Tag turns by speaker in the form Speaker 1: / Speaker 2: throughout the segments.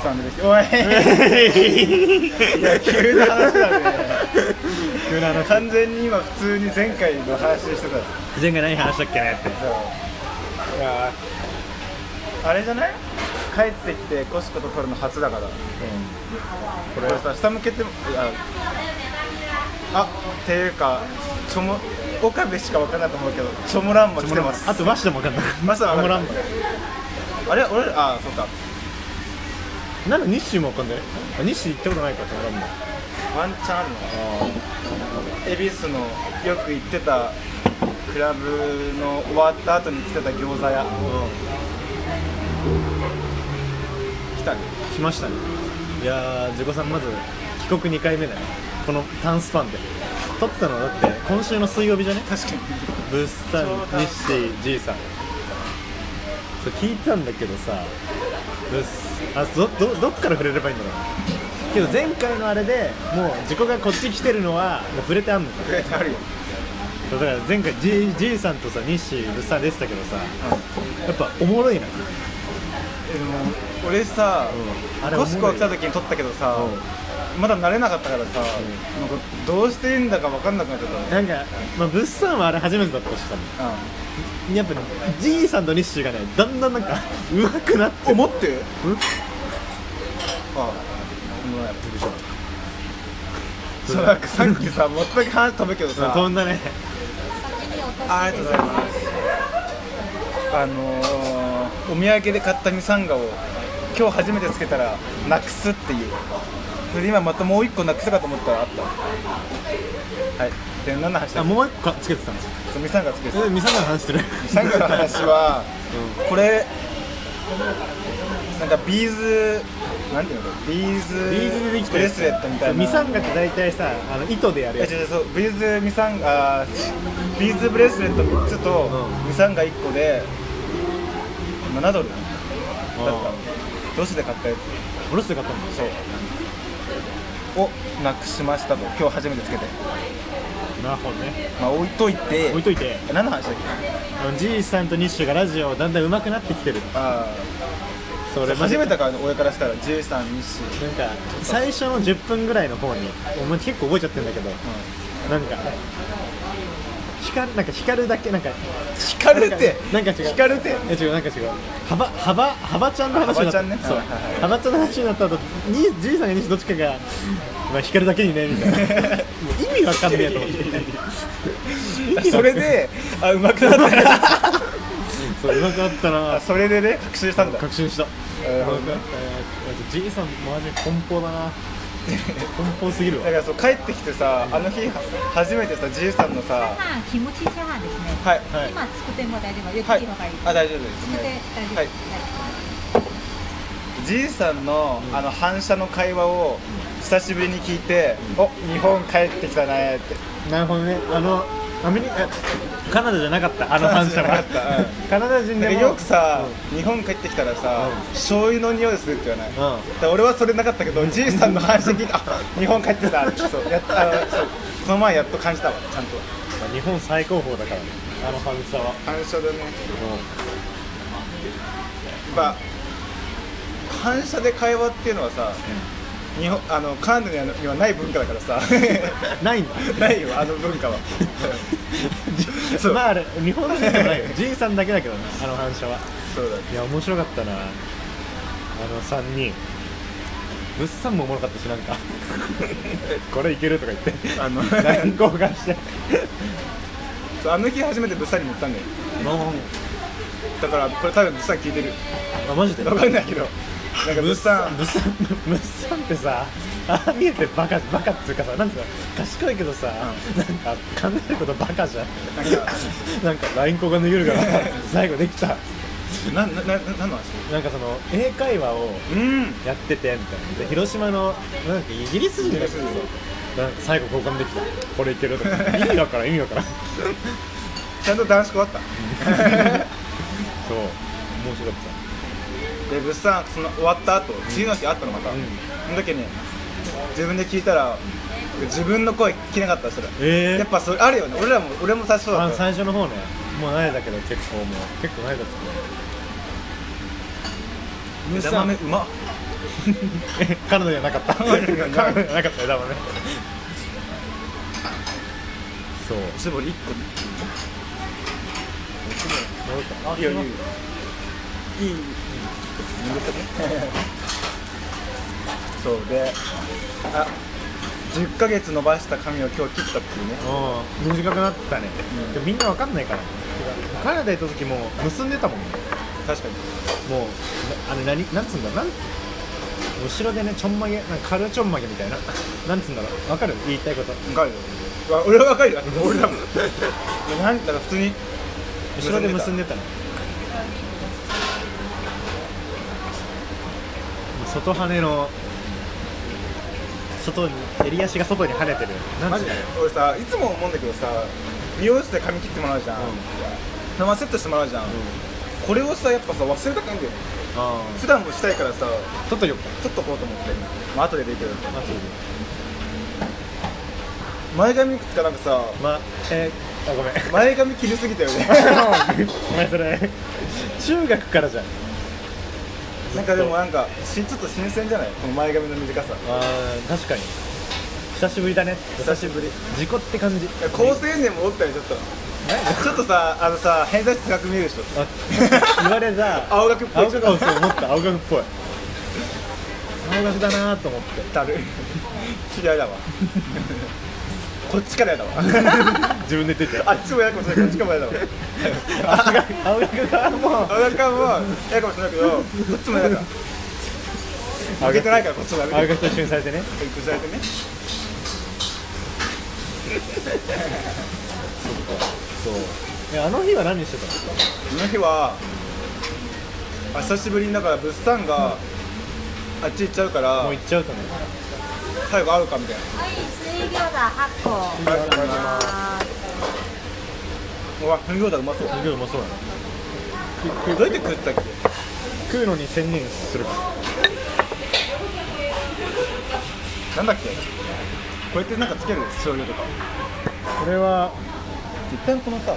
Speaker 1: さん出てきておいいや急な話だね
Speaker 2: 急な話
Speaker 1: 完全に今普通に前回の話してた
Speaker 2: 前回何話したっけねって
Speaker 1: そういやあれじゃない帰ってきてコシコと撮るの初だから、これさ下向けてもいやあっていうかちょも岡部しかわかんないと思うけどチョモランマ来てます
Speaker 2: あとマシでも分かんない
Speaker 1: マシでも分かんない
Speaker 2: い
Speaker 1: あれ俺らあそうか
Speaker 2: なんだ日誌も分かんないあ日誌行ったことないからそのランマ
Speaker 1: ワンチャンあるの恵比寿のよく行ってたクラブの終わった後に来てた餃子屋来たね
Speaker 2: 来ましたねいやージェコさんまず帰国2回目だねこの短スパンで撮ったのはだって今週の水曜日じゃね
Speaker 1: 確かに
Speaker 2: 物産
Speaker 1: そう
Speaker 2: 日誌じいさんそう聞いたんだけどさ物あどどどっから触れればいいんだろうけど前回のあれでもう自己がこっち来てるのはもう触れてあんのか
Speaker 1: 増えてあるよ、
Speaker 2: そうだから前回じいじいさんとさ日誌物産出てたけどさやっぱおもろいな
Speaker 1: えでも俺さ、
Speaker 2: うんあれ
Speaker 1: コスコ
Speaker 2: おもろい
Speaker 1: 来た時に撮ったけどさ、
Speaker 2: うん
Speaker 1: まだ慣れなかったからさ、なんかどうしていいんだか分かんなくなっちゃっ
Speaker 2: なんか、まあ、物産はあれ初めてだったしさ
Speaker 1: たの、
Speaker 2: やっぱじいさんと日誌がねだんだんなんか上手くなって
Speaker 1: うん、思ってあもうやっ
Speaker 2: そ
Speaker 1: そううなんかさっきさ全く話飛ぶけどさ
Speaker 2: 飛んだね
Speaker 1: ありがとうございます。あのー、お土産で買ったミサンガを今日初めてつけたらなくすっていう。それで今またもう一個なくすかと思ったらあった。はい。で何の話だ
Speaker 2: あ
Speaker 1: っけ
Speaker 2: もう一個つけてたんですよ
Speaker 1: そうミサンガつけてた。
Speaker 2: えミサンガの話してる
Speaker 1: ミサンガの話は、これなんかビーズなんていうのビーズ
Speaker 2: ビーズでできた
Speaker 1: ブレ
Speaker 2: やつ
Speaker 1: スレットみたいな。
Speaker 2: ミサンガって大体さあの糸でや
Speaker 1: え
Speaker 2: るや
Speaker 1: 違う違
Speaker 2: つ
Speaker 1: うそうビーズミサンガあービーズブレスレット3つと
Speaker 2: うん
Speaker 1: ミサンガ1個で7ドルだっ
Speaker 2: あ
Speaker 1: たロスで買ったやつ
Speaker 2: ーおろして買ったんだ
Speaker 1: そうをなくしましたと今日初めてつけて
Speaker 2: なるほどね
Speaker 1: まあ置いといて
Speaker 2: 置いといて
Speaker 1: 何の話だっけ
Speaker 2: あのじいさんと日誌がラジオをだんだん上手くなってきてる
Speaker 1: あ
Speaker 2: そ
Speaker 1: あ
Speaker 2: れ
Speaker 1: 初めてから親からしたら13日誌
Speaker 2: なんか最初の10分ぐらいの方にお前結構覚えちゃってるんだけどなんか光なんか光るだけなんか
Speaker 1: 光るって
Speaker 2: なんか違う
Speaker 1: 光るって
Speaker 2: え違うなんか違う幅幅幅ちゃんの話にな
Speaker 1: 幅
Speaker 2: った
Speaker 1: ちゃんね
Speaker 2: そう
Speaker 1: はいはいはい
Speaker 2: 幅ちゃんの話になった後にじいさんが西どっちかがまあ光るだけにねみたい なもう意味わかんねえと思って
Speaker 1: それであうまくなったな
Speaker 2: そううまくなったな
Speaker 1: あ それでね確信したんだ
Speaker 2: 確信したう
Speaker 1: えー
Speaker 2: まくなったねじいさんマジ奔放だ な奔放すぎるわ
Speaker 1: だからそう帰ってきてさあの日初めてさじいさんのさ
Speaker 3: キムチチャーハンですね。
Speaker 1: はい
Speaker 2: はい
Speaker 3: 今作っても大丈夫。
Speaker 1: は
Speaker 3: 雪
Speaker 1: い
Speaker 3: の代わり。
Speaker 1: あ大丈夫です
Speaker 3: 作って
Speaker 1: ね
Speaker 3: 大丈夫。
Speaker 1: は
Speaker 3: はいい。
Speaker 1: じいさんのあの反射の会話を久しぶりに聞いてお日本帰ってきたねって
Speaker 2: なるほどねあのアメリカカナダじゃなかったあの反射は
Speaker 1: カナダじゃなかったう
Speaker 2: カナダ人
Speaker 1: な
Speaker 2: で
Speaker 1: ん
Speaker 2: も
Speaker 1: かよくさ日本帰ってきたらさ醤油の匂いするって言わないだから俺はそれなかったけどじいさんの反射聞いてあ日本帰ってきたってそうやっとあのそうこの前やっと感じたわちゃんと
Speaker 2: まあ日本最高峰だからねあの反射は
Speaker 1: 反射だねやっぱ反射で会話っていうのはさ、日本あのカナダにはにはない文化だから さ
Speaker 2: ないんだ
Speaker 1: ないよあの文 化は そう
Speaker 2: まああれ日本人じゃな いよじいさんだけだけどねあの反射は
Speaker 1: そうだね
Speaker 2: いや面白かったなあの3人物産もおもろかったしな んかこれいけるとか言って
Speaker 1: あの
Speaker 2: LINE 交 換して
Speaker 1: そうあの日初めてブサに乗ったんだよ
Speaker 2: あ
Speaker 1: だからこれ多分ブサ聞いてる
Speaker 2: マジで
Speaker 1: わかんないけどなんかブサ
Speaker 2: 物産物産ってさああ見えてバカバカっつうかさなんつうか賢いけどさ、なんか考えることバカじゃん
Speaker 1: なん
Speaker 2: なんか LINE 交換で きるから最後できた
Speaker 1: なななななんの話
Speaker 2: なんかその英会話を
Speaker 1: うん
Speaker 2: やっててみたいなで広島のなんかイギリス人だけどさ
Speaker 1: イギリス
Speaker 2: なんか最後交換できたこれいけるとか 意味わからん意味わからんそう
Speaker 1: ちゃんと男子終わった
Speaker 2: 面白かっ
Speaker 1: で物産その終わった後次の日あったのまた、
Speaker 2: た、うん、
Speaker 1: その時に自分で聞いたら自分の声聞けなかったそれ
Speaker 2: え
Speaker 1: やっぱそれあるよね俺らも俺も最初そうだ
Speaker 2: あ
Speaker 1: っ
Speaker 2: の
Speaker 1: た
Speaker 2: 最初の方ねもう慣れだけど結構もう結構慣れだったね
Speaker 1: 枝豆うまっ
Speaker 2: カナダじゃなかったカナダじゃなかったよだもんねそう
Speaker 1: つぼり一個
Speaker 2: あ
Speaker 1: いやいいよいい そうであ10ヶ月伸ばした髪を今日切ったっていうね
Speaker 2: うん短くなったね、
Speaker 1: うん
Speaker 2: でもみんなわかんないからねカナダ行った時もう結んでたもんね
Speaker 1: 確かに
Speaker 2: もうなあれ何なんつうんだなん後ろでねちょんまげなんか軽ちょんまげみたいななんつうんだろうわかる言いたいこと
Speaker 1: 分かるよわ俺は分かるよ 俺だもんなんだから普通に
Speaker 2: 後ろで結んでたの外跳ねの外に襟足が外に跳ねてるなん
Speaker 1: マ
Speaker 2: つう
Speaker 1: ジ
Speaker 2: ん
Speaker 1: で
Speaker 2: だろう
Speaker 1: 俺さいつも思うんだけどさ美容室で髪切ってもらうじゃん、
Speaker 2: うん
Speaker 1: 生セットしてもらうじゃん、これをさやっぱさ忘れたくないんだよね
Speaker 2: あ
Speaker 1: 普段もしたいからさ
Speaker 2: あ取っとよっか
Speaker 1: 取っとこうと思ってまあ後ででいいけど
Speaker 2: まあ
Speaker 1: 前髪かなんかさ
Speaker 2: まあえー、あごめん
Speaker 1: 前髪切りすぎたよね
Speaker 2: ごめんそれ中学からじゃん
Speaker 1: なんかでもなんかしちょっと新鮮じゃないこの前髪の短さ
Speaker 2: あー確かに久しぶりだね
Speaker 1: 久しぶり
Speaker 2: 事故って感じ
Speaker 1: いや高青年戻ったよちょっとちょっとさあのさ偏差値高く見えるでしょ
Speaker 2: あ 言われた
Speaker 1: 青学っぽい
Speaker 2: 青学あそう思った 青学っぽい青学だなーと思って
Speaker 1: だる嫌いだわ こっちからやだわ
Speaker 2: 自分で出 て
Speaker 1: あっちも嫌かもしれないこっちからも嫌 だわ
Speaker 2: 青学 青学がもう
Speaker 1: あなんかも嫌かもしれないけどこっちも嫌 だ負けてないからこっちもやめ
Speaker 2: 青
Speaker 1: て
Speaker 2: 学と一緒にされてね
Speaker 1: びっくりされてね
Speaker 2: そうえあの日は何してたの
Speaker 1: その日はあ久しぶりにだから物産があっち行っちゃうから
Speaker 2: もう行っちゃうとね
Speaker 1: 最後会うかみたいな
Speaker 3: 水餃子8個。
Speaker 1: ありがとうございま
Speaker 3: あ
Speaker 1: すうわ粉餃子うまそう
Speaker 2: 授業もそうだね
Speaker 1: どうやって食ったっけ
Speaker 2: 食うのに専念するか
Speaker 1: なんだっけこうやってなんかつける醤油とか
Speaker 2: これは
Speaker 1: 一旦このさ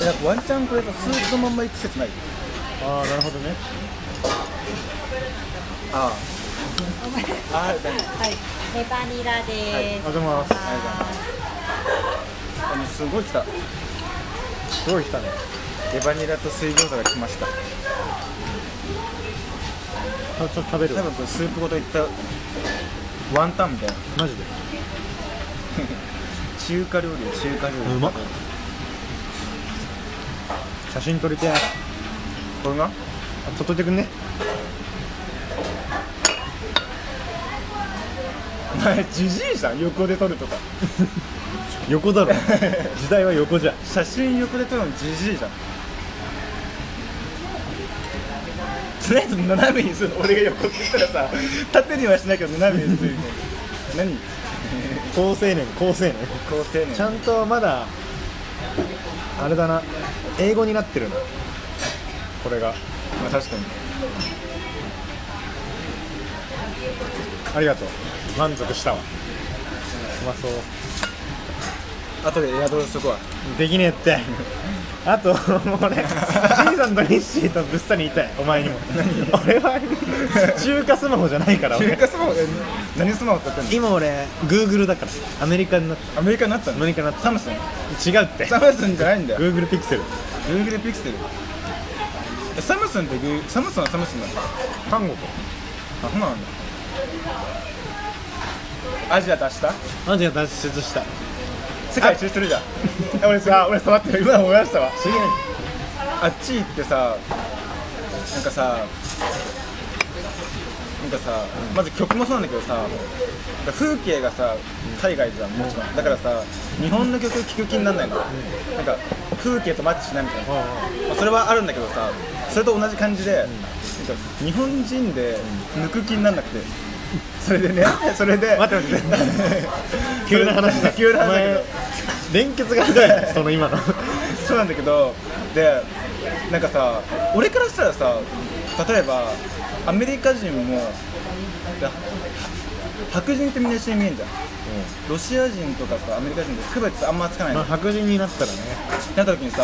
Speaker 1: えなんかワンチャンこれさスープのまんま行く説ない
Speaker 2: ああなるほどね
Speaker 1: ああああ
Speaker 3: ーはい。レバニラで
Speaker 2: ありがとうございます
Speaker 3: す。は
Speaker 1: あのすごい来た
Speaker 2: すごい来たね
Speaker 1: レバニラと水餃子が来ました
Speaker 2: ちょっと食べる
Speaker 1: 多
Speaker 2: わ
Speaker 1: 分これスープごといったワンタンみたいな
Speaker 2: マジで
Speaker 1: 中華料理よ中華料理
Speaker 2: うまっ写真撮りてえ
Speaker 1: これが
Speaker 2: あ撮っといてくんね
Speaker 1: お前ジジイじゃん横で撮るとか
Speaker 2: 横 だろ時代は横じゃ
Speaker 1: 写真横で撮るのジジイじゃんとりあえず斜めにするの俺が横って言ったらさ縦にはしないけど斜めにするよね何
Speaker 2: 高青年高青年
Speaker 1: 高青年
Speaker 2: ちゃんとまだあれだな英語になってるのこれが
Speaker 1: まあ、確かに
Speaker 2: ありがとう満足したわうまそう
Speaker 1: 後で宿しとこわ
Speaker 2: できねえって あともうねじいさんとニッシーとぶっさに言いたいお前にも俺は中華スマホじゃないから
Speaker 1: 中
Speaker 2: 俺
Speaker 1: 華スマホで何スマホ使ってんの
Speaker 2: 今俺 Google だからアメリカになった
Speaker 1: アメリカになった
Speaker 2: ア
Speaker 1: の
Speaker 2: メリカになった
Speaker 1: サムスン
Speaker 2: 違う って
Speaker 1: サムスンじゃないんだよ
Speaker 2: Google ピクセル
Speaker 1: Google ピクセルえサムスンってグーサムスンはサムスンなんだ
Speaker 2: 韓国
Speaker 1: あそうなんだアジア出した
Speaker 2: アジア脱出 した
Speaker 1: 世界一周するじゃん俺さ俺触ってる今思い出した わ
Speaker 2: 次何
Speaker 1: あっち行ってさなんかさなんかさ、まず曲もそうなんだけどさ風景がさ海外じゃんもちろんだからさ日本の曲聴く気にならないの、なんか風景とマッチしないみたいな、まあそれはあるんだけどさそれと同じ感じで、なんか日本人で抜く気にならなくてそれでねそれで
Speaker 2: 待って待って待 急な話だ
Speaker 1: 急な話だけど
Speaker 2: お前連結がひ どいその今の
Speaker 1: そうなんだけどでなんかさ俺からしたらさ例えばアメリカ人もで白人ってみんな一緒に見えんじゃんロシア人とかさアメリカ人って区別あんまつかない
Speaker 2: ま
Speaker 1: の
Speaker 2: あ
Speaker 1: って
Speaker 2: 白人になったらね
Speaker 1: なった時にさ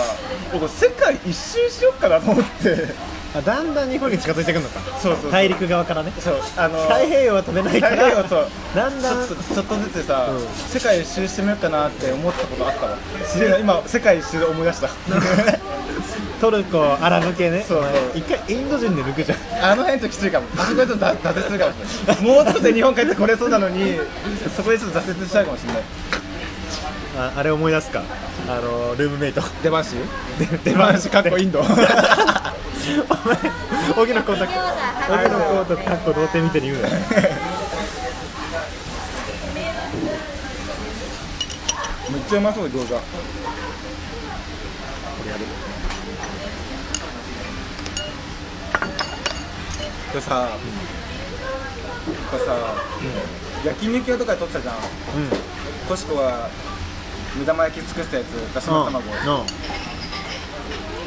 Speaker 1: 僕世界一周しよっかなと思って
Speaker 2: あだんだん日本に近づいてくるのか
Speaker 1: そうそうそう
Speaker 2: 大陸側からね
Speaker 1: そうあの
Speaker 2: 太平洋は飛べないから
Speaker 1: 太平洋と
Speaker 2: だん
Speaker 1: ち
Speaker 2: だ
Speaker 1: ょ
Speaker 2: ん
Speaker 1: っとちょっとずつさ、
Speaker 2: うん
Speaker 1: 世界一周してみようかなって思ったことあった わっていうの今世界一周で思い出した
Speaker 2: トルコアラブ系ね
Speaker 1: そうそう
Speaker 2: お前一回インド人で抜くじゃん
Speaker 1: あの辺ときついかもあそこでちょっとだ挫折するかもしれないもうちょっとで日本帰ってこれそうなのにそこでちょっと挫折しちゃうかもしれない
Speaker 2: ああれ思い出すかあのルームメイト
Speaker 1: 出番師
Speaker 2: 出
Speaker 1: 出番師かっこインド
Speaker 2: お前荻野光太荻
Speaker 3: 荻
Speaker 1: 野
Speaker 2: 野光
Speaker 1: 光
Speaker 2: 太かっこ童貞みたいに言うなよ
Speaker 1: めっちゃうまそう餃子これさ、これさ、焼肉屋とかで撮ってたじゃん
Speaker 2: うん
Speaker 1: コシコが目玉焼き作ったやつだしの卵、
Speaker 2: うんうん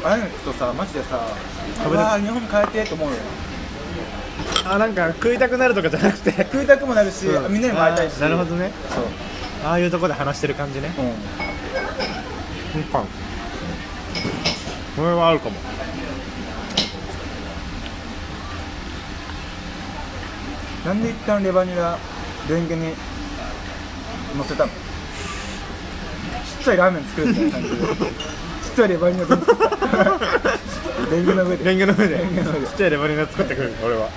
Speaker 1: ああいうの聞くとさマジでさ食
Speaker 2: 食
Speaker 1: べ
Speaker 2: べたく
Speaker 1: た日本帰ってと思うよ
Speaker 2: あなんか食いたくなるとかじゃなくて
Speaker 1: 食いたくもなるし、
Speaker 2: うん
Speaker 1: みんなにも会いたいし
Speaker 2: あーなるほどね
Speaker 1: そう
Speaker 2: ああいうとこで話してる感じね
Speaker 1: うん
Speaker 2: うんパンこれはあるかも
Speaker 1: なんで一旦レバニラレンゲに乗せたのちっちゃいラーメン作るみたいな感じでちっちゃいレバニラ丼作ったレンゲの上で
Speaker 2: レンゲの上で
Speaker 1: レンゲの上で
Speaker 2: ちっちゃいレバニラ作ってくる俺は
Speaker 1: ちっ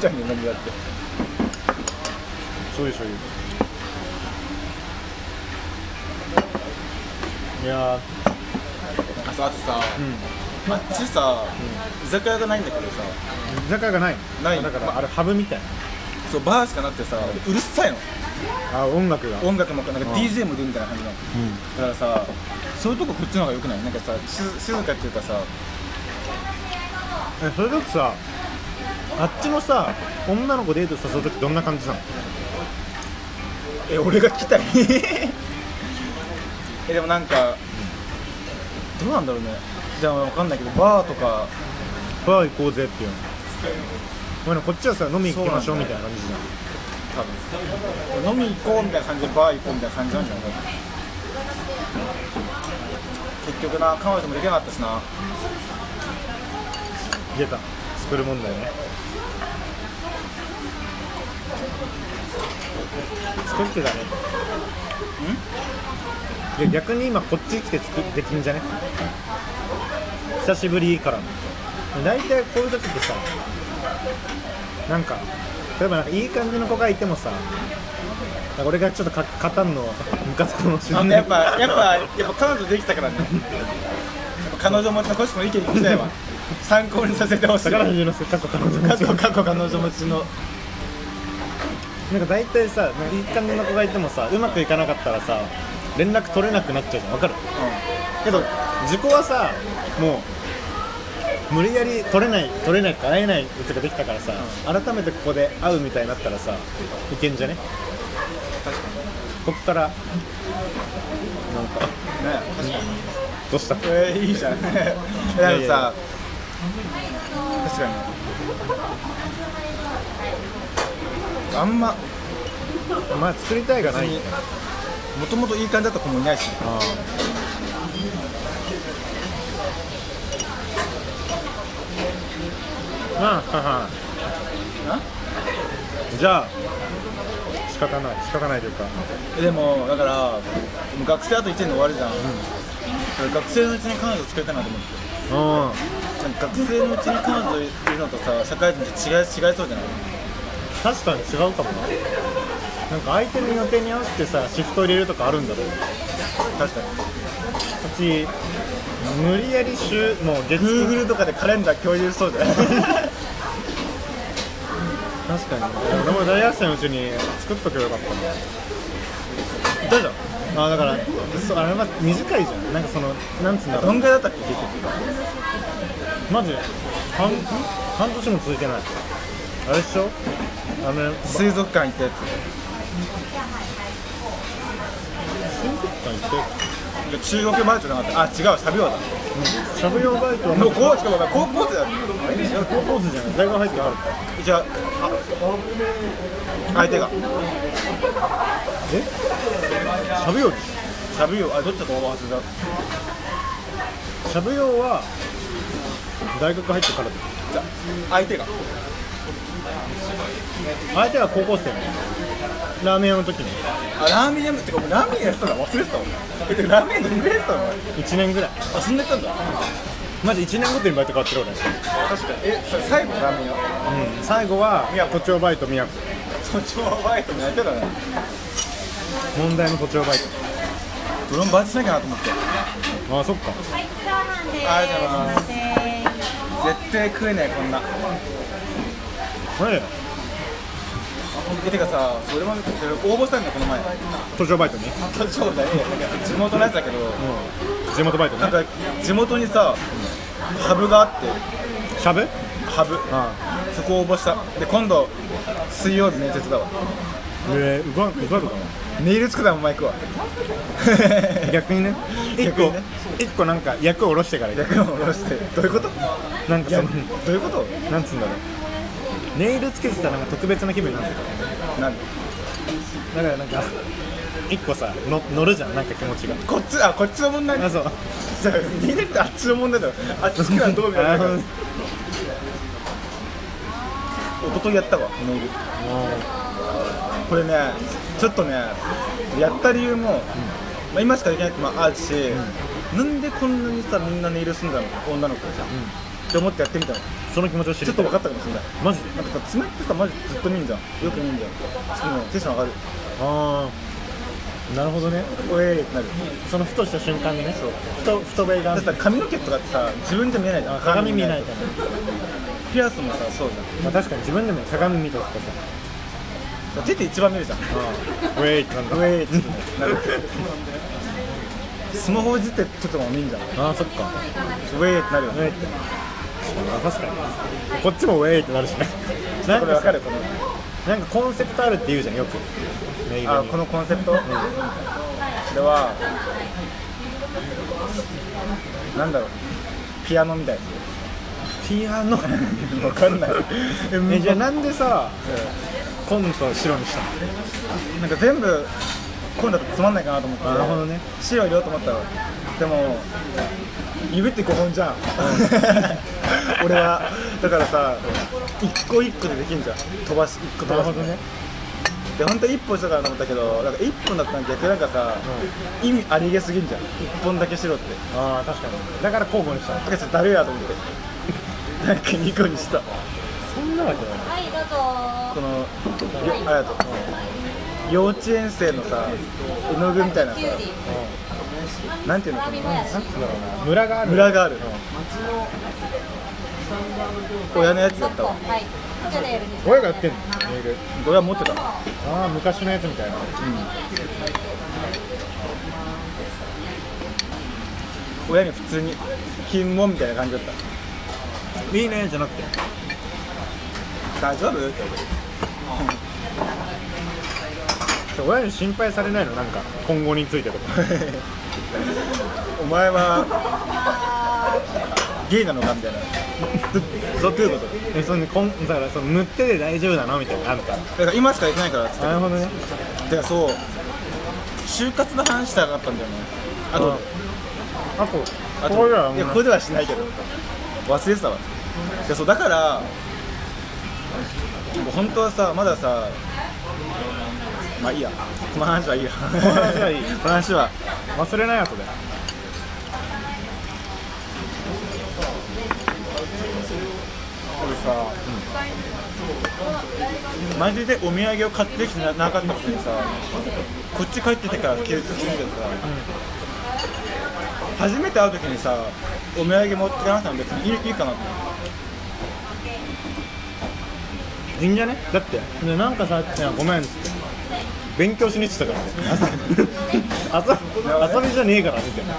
Speaker 1: ちゃいレバニラって
Speaker 2: そうでしょいや
Speaker 1: あそうあとさ、
Speaker 2: うん
Speaker 1: あっちさ、居酒屋がないんだけどさ
Speaker 2: 居酒屋がない
Speaker 1: ない
Speaker 2: だから、
Speaker 1: まあ
Speaker 2: あ、れハブみたい
Speaker 1: そうバーしかなくてさ、うるさいの
Speaker 2: なあ音楽が
Speaker 1: 音楽もなんか
Speaker 2: うん
Speaker 1: DJ も出るみたいな感じなのだからさそういうとここっちの方が良くないなんかさし静かっていうかさ
Speaker 2: えそれだとさあっちのさ女の子デート誘う時どんな感じなの
Speaker 1: え俺が来たい えでもなんかどうなんだろうねじゃあ分かんないけどバーとか
Speaker 2: バー行こうぜっていうのお前らこっちはさ飲み行きましょうみたいな感じじゃん
Speaker 1: 多分飲み行こうみたいな感じでバー行こうみたいな感じなんじゃない結局な彼女もできなかったしな
Speaker 2: 出た作るもんだよね作ってたねんいや逆に今こっち来てつきできんじゃね久しぶりからの大体こういう時ってさなんか例えばなんかいい感じの子がいてもさなんか俺がちょっとか勝たんのムカつくかもしれ
Speaker 1: あ
Speaker 2: ない
Speaker 1: のやっぱやっぱやっぱ彼女できたからねやっぱ彼女も少しも意見聞きたいわ参考にさせてほしい
Speaker 2: 宝富士のせ 過去彼女
Speaker 1: 過去過去彼女持ちの
Speaker 2: なんか大体さ、なんかいい感じの子がいてもさ、うまくいかなかったらさ、連絡取れなくなっちゃうじゃん、わかるけど、自己はさ、もう、無理やり取れない、取れないか、会えないやつができたからさ、改めてここで会うみたいになったらさ、いけんじゃね
Speaker 1: 確か
Speaker 2: こっから、なんか、
Speaker 1: にね確かに
Speaker 2: どうしたい
Speaker 1: えー、いいじゃんでも
Speaker 2: やいや
Speaker 1: さ確かにあんま
Speaker 2: まあ、作りたいが
Speaker 1: 別
Speaker 2: ない。
Speaker 1: にもともといい感じだった子もいないし
Speaker 2: ああまあ、はは
Speaker 1: な
Speaker 2: じゃあ仕方ない仕方ないというか
Speaker 1: でもだからもう学生あと1年で終わるじゃん、学生のうちに彼女作りたいなと思って
Speaker 2: うん
Speaker 1: なんか学生のうちに彼女いるのとさ社会人って違い違いそうじゃない
Speaker 2: 確かに違うかもななんか相手の予定に合わせてさシフト入れるとかあるんだろう
Speaker 1: 確かに
Speaker 2: うち無理やり週もう月
Speaker 1: Google とかでカレンダー共有しそうじゃない
Speaker 2: 確かに俺も大学生のうちに作っとけばよかったな
Speaker 1: どうじゃん
Speaker 2: あだからそうあれは短いじゃんなんかそのなんつうんだろ
Speaker 1: ど
Speaker 2: うん
Speaker 1: ぐらいだったっけ結局
Speaker 2: マジ半半年も続いてないあれっしょあの
Speaker 1: 水族館行ったやつ
Speaker 2: 水族館行って
Speaker 1: いや中国バイトじゃなかったあ違うサビオだ
Speaker 2: しゃぶ用バイトは
Speaker 1: もう高校高校生だった
Speaker 2: 高校生じゃない大学入ってから
Speaker 1: じゃあ相手が
Speaker 2: えしゃぶ用でし
Speaker 1: サビオあどっちだと思わせだ
Speaker 2: ょしゃぶ用は大学入ってからだ
Speaker 1: 相手が
Speaker 2: 相手は高校生ラーメン屋の時に
Speaker 1: あラーメン屋もってかもうラーメン屋やってたの忘れてたもんえてかラーメン屋どんぐらいやってたの
Speaker 2: 1年ぐらい
Speaker 1: あそんなやったんだ
Speaker 2: マジ1年ごとにバイト変わってる
Speaker 1: 確かにえそれ最後ラーメン屋
Speaker 2: 俺、うん、最後は
Speaker 1: 宮
Speaker 2: 都庁バイト宮
Speaker 1: 都
Speaker 2: 古
Speaker 1: 庁バイトもやってたね
Speaker 2: 問題の都庁バイ
Speaker 1: ドローンバイトしなきゃなと思って
Speaker 2: トああそっか
Speaker 3: はい、チャーハンです。
Speaker 1: ありがとうございます
Speaker 3: すいません。
Speaker 1: 絶対食えないこんなあ
Speaker 2: あれ
Speaker 1: ほんとてかさそれも見てそれ応募したんだこの前
Speaker 2: 都庁バイトに、
Speaker 1: 都庁だね地元のやつだけど
Speaker 2: うん、地元バイト
Speaker 1: な
Speaker 2: ね
Speaker 1: んか地元にさハブがあって
Speaker 2: しゃぶ
Speaker 1: ハブ
Speaker 2: あ
Speaker 1: そこ応募したで今度水曜日面接だわ
Speaker 2: えー、うざうざるかな
Speaker 1: ネイルつくだもんマイクは
Speaker 2: 逆にね1
Speaker 1: 逆
Speaker 2: 個
Speaker 1: にね
Speaker 2: 一個なんか役を下ろしてから行く
Speaker 1: 逆を下ろしてどういうこと
Speaker 2: なんかその
Speaker 1: どういうこと
Speaker 2: なんつうんだろうネイルつけてたらなんか特別な気分になるんだよ
Speaker 1: なんで
Speaker 2: だからなんか一個さの乗るじゃんなんか気持ちが
Speaker 1: こっちあこっちの問題
Speaker 2: あそう
Speaker 1: じゃあみんなってあっちの問題だよあっちのはどうみたいな
Speaker 2: あー
Speaker 1: 一昨日やったわネイルこれねちょっとねやった理由も、まあ、今しかできないってのもあるし、なんでこんなにさみんなネイルすんだろう女の子じゃん、って思ってやってみたのち
Speaker 2: その気持ちを知る
Speaker 1: ょっと分かったかもしれない
Speaker 2: マジで
Speaker 1: なんかさ爪ってさマジずっと見んじゃんよく見んじゃんそのテンション上がる
Speaker 2: ああなるほどね
Speaker 1: おえーってなる
Speaker 2: そのふとした瞬間にねふと太べ
Speaker 1: だ
Speaker 2: が
Speaker 1: ってさ髪の毛とかってさ自分じゃ見えないじゃん
Speaker 2: 鏡見ない
Speaker 1: と
Speaker 2: から、
Speaker 1: ピアスもさそうじ
Speaker 2: まあ、確かに自分でも鏡見とくとさ
Speaker 1: ゃん手って一番見るじゃん
Speaker 2: ウェイってなんだ
Speaker 1: ウェーってなるスマホいじってとかも見んじゃんウ
Speaker 2: ああそっか
Speaker 1: ェーってなるよ
Speaker 2: ウ
Speaker 1: ね
Speaker 2: ェイってあ確かにこっちもウェイってなるしねなん
Speaker 1: これわか
Speaker 2: かさ
Speaker 1: るこの
Speaker 2: なんかコンセプトあるって言うじゃんよくネイルに
Speaker 1: あこのコンセプト、これはなんだろうピアノみたい
Speaker 2: ピアノ
Speaker 1: わかんない
Speaker 2: えじゃあなんでさ紺と白にしたの
Speaker 1: なんか全部今度だとつまんないかなと思って
Speaker 2: なるほどね
Speaker 1: 白入れようと思ったらでも指って5本じゃん、 俺はだからさ一個一個でできんじゃん飛ばし一個飛ばしで本当は1本したからと思ったけどなんか1本だったら逆になんかさ、意味ありげすぎんじゃん1本だけしろって
Speaker 2: ああ確かにだから交互にしたの
Speaker 1: だからちょっとだるいなと思ってなんか2個にした
Speaker 2: そんなわけない
Speaker 3: はい、どうぞ。
Speaker 1: このよありがとう幼稚園生のさ絵の具みたいなさ
Speaker 3: キュウリ。
Speaker 1: なんていうのかな
Speaker 3: 並もやし。
Speaker 2: なんだろうな村がある
Speaker 1: 村がある親のやつだったわ
Speaker 3: はい。こちらでよろしいですか
Speaker 2: 親がやってんのネイル
Speaker 1: 親持ってた
Speaker 2: ああ昔のやつみたいな
Speaker 1: 親に普通に金もみたいな感じだった
Speaker 2: いいねじゃなくて
Speaker 1: 大丈夫って言われて
Speaker 2: そう親に心配されないのなんか今後についてと か
Speaker 1: お前はゲイなのかみたいなどどういうこと
Speaker 2: えそのこんだからその塗ってで大丈夫なのみたいなのあるから
Speaker 1: だから今しかできないからっつって
Speaker 2: なるほどね
Speaker 1: てかそう就活の話したかったんだよねあと
Speaker 2: あと
Speaker 1: あと
Speaker 2: これら
Speaker 1: いやここではしないけど忘れてたわいやそうだからもう本当はさまださまあいいやこの話はいいや この
Speaker 2: 話はいい
Speaker 1: の話は
Speaker 2: 忘れない後で
Speaker 1: 俺さ、マジでお土産を買ってきてななかったくせにさこっち帰っててから気づいてさ、初めて会う時にさお土産持ってかなくても別にいいいいかなって
Speaker 2: いいんじゃねだってねなんかさっちゃんごめんっつって勉強しに行ってたからね朝遊び遊びじゃねえからみたいな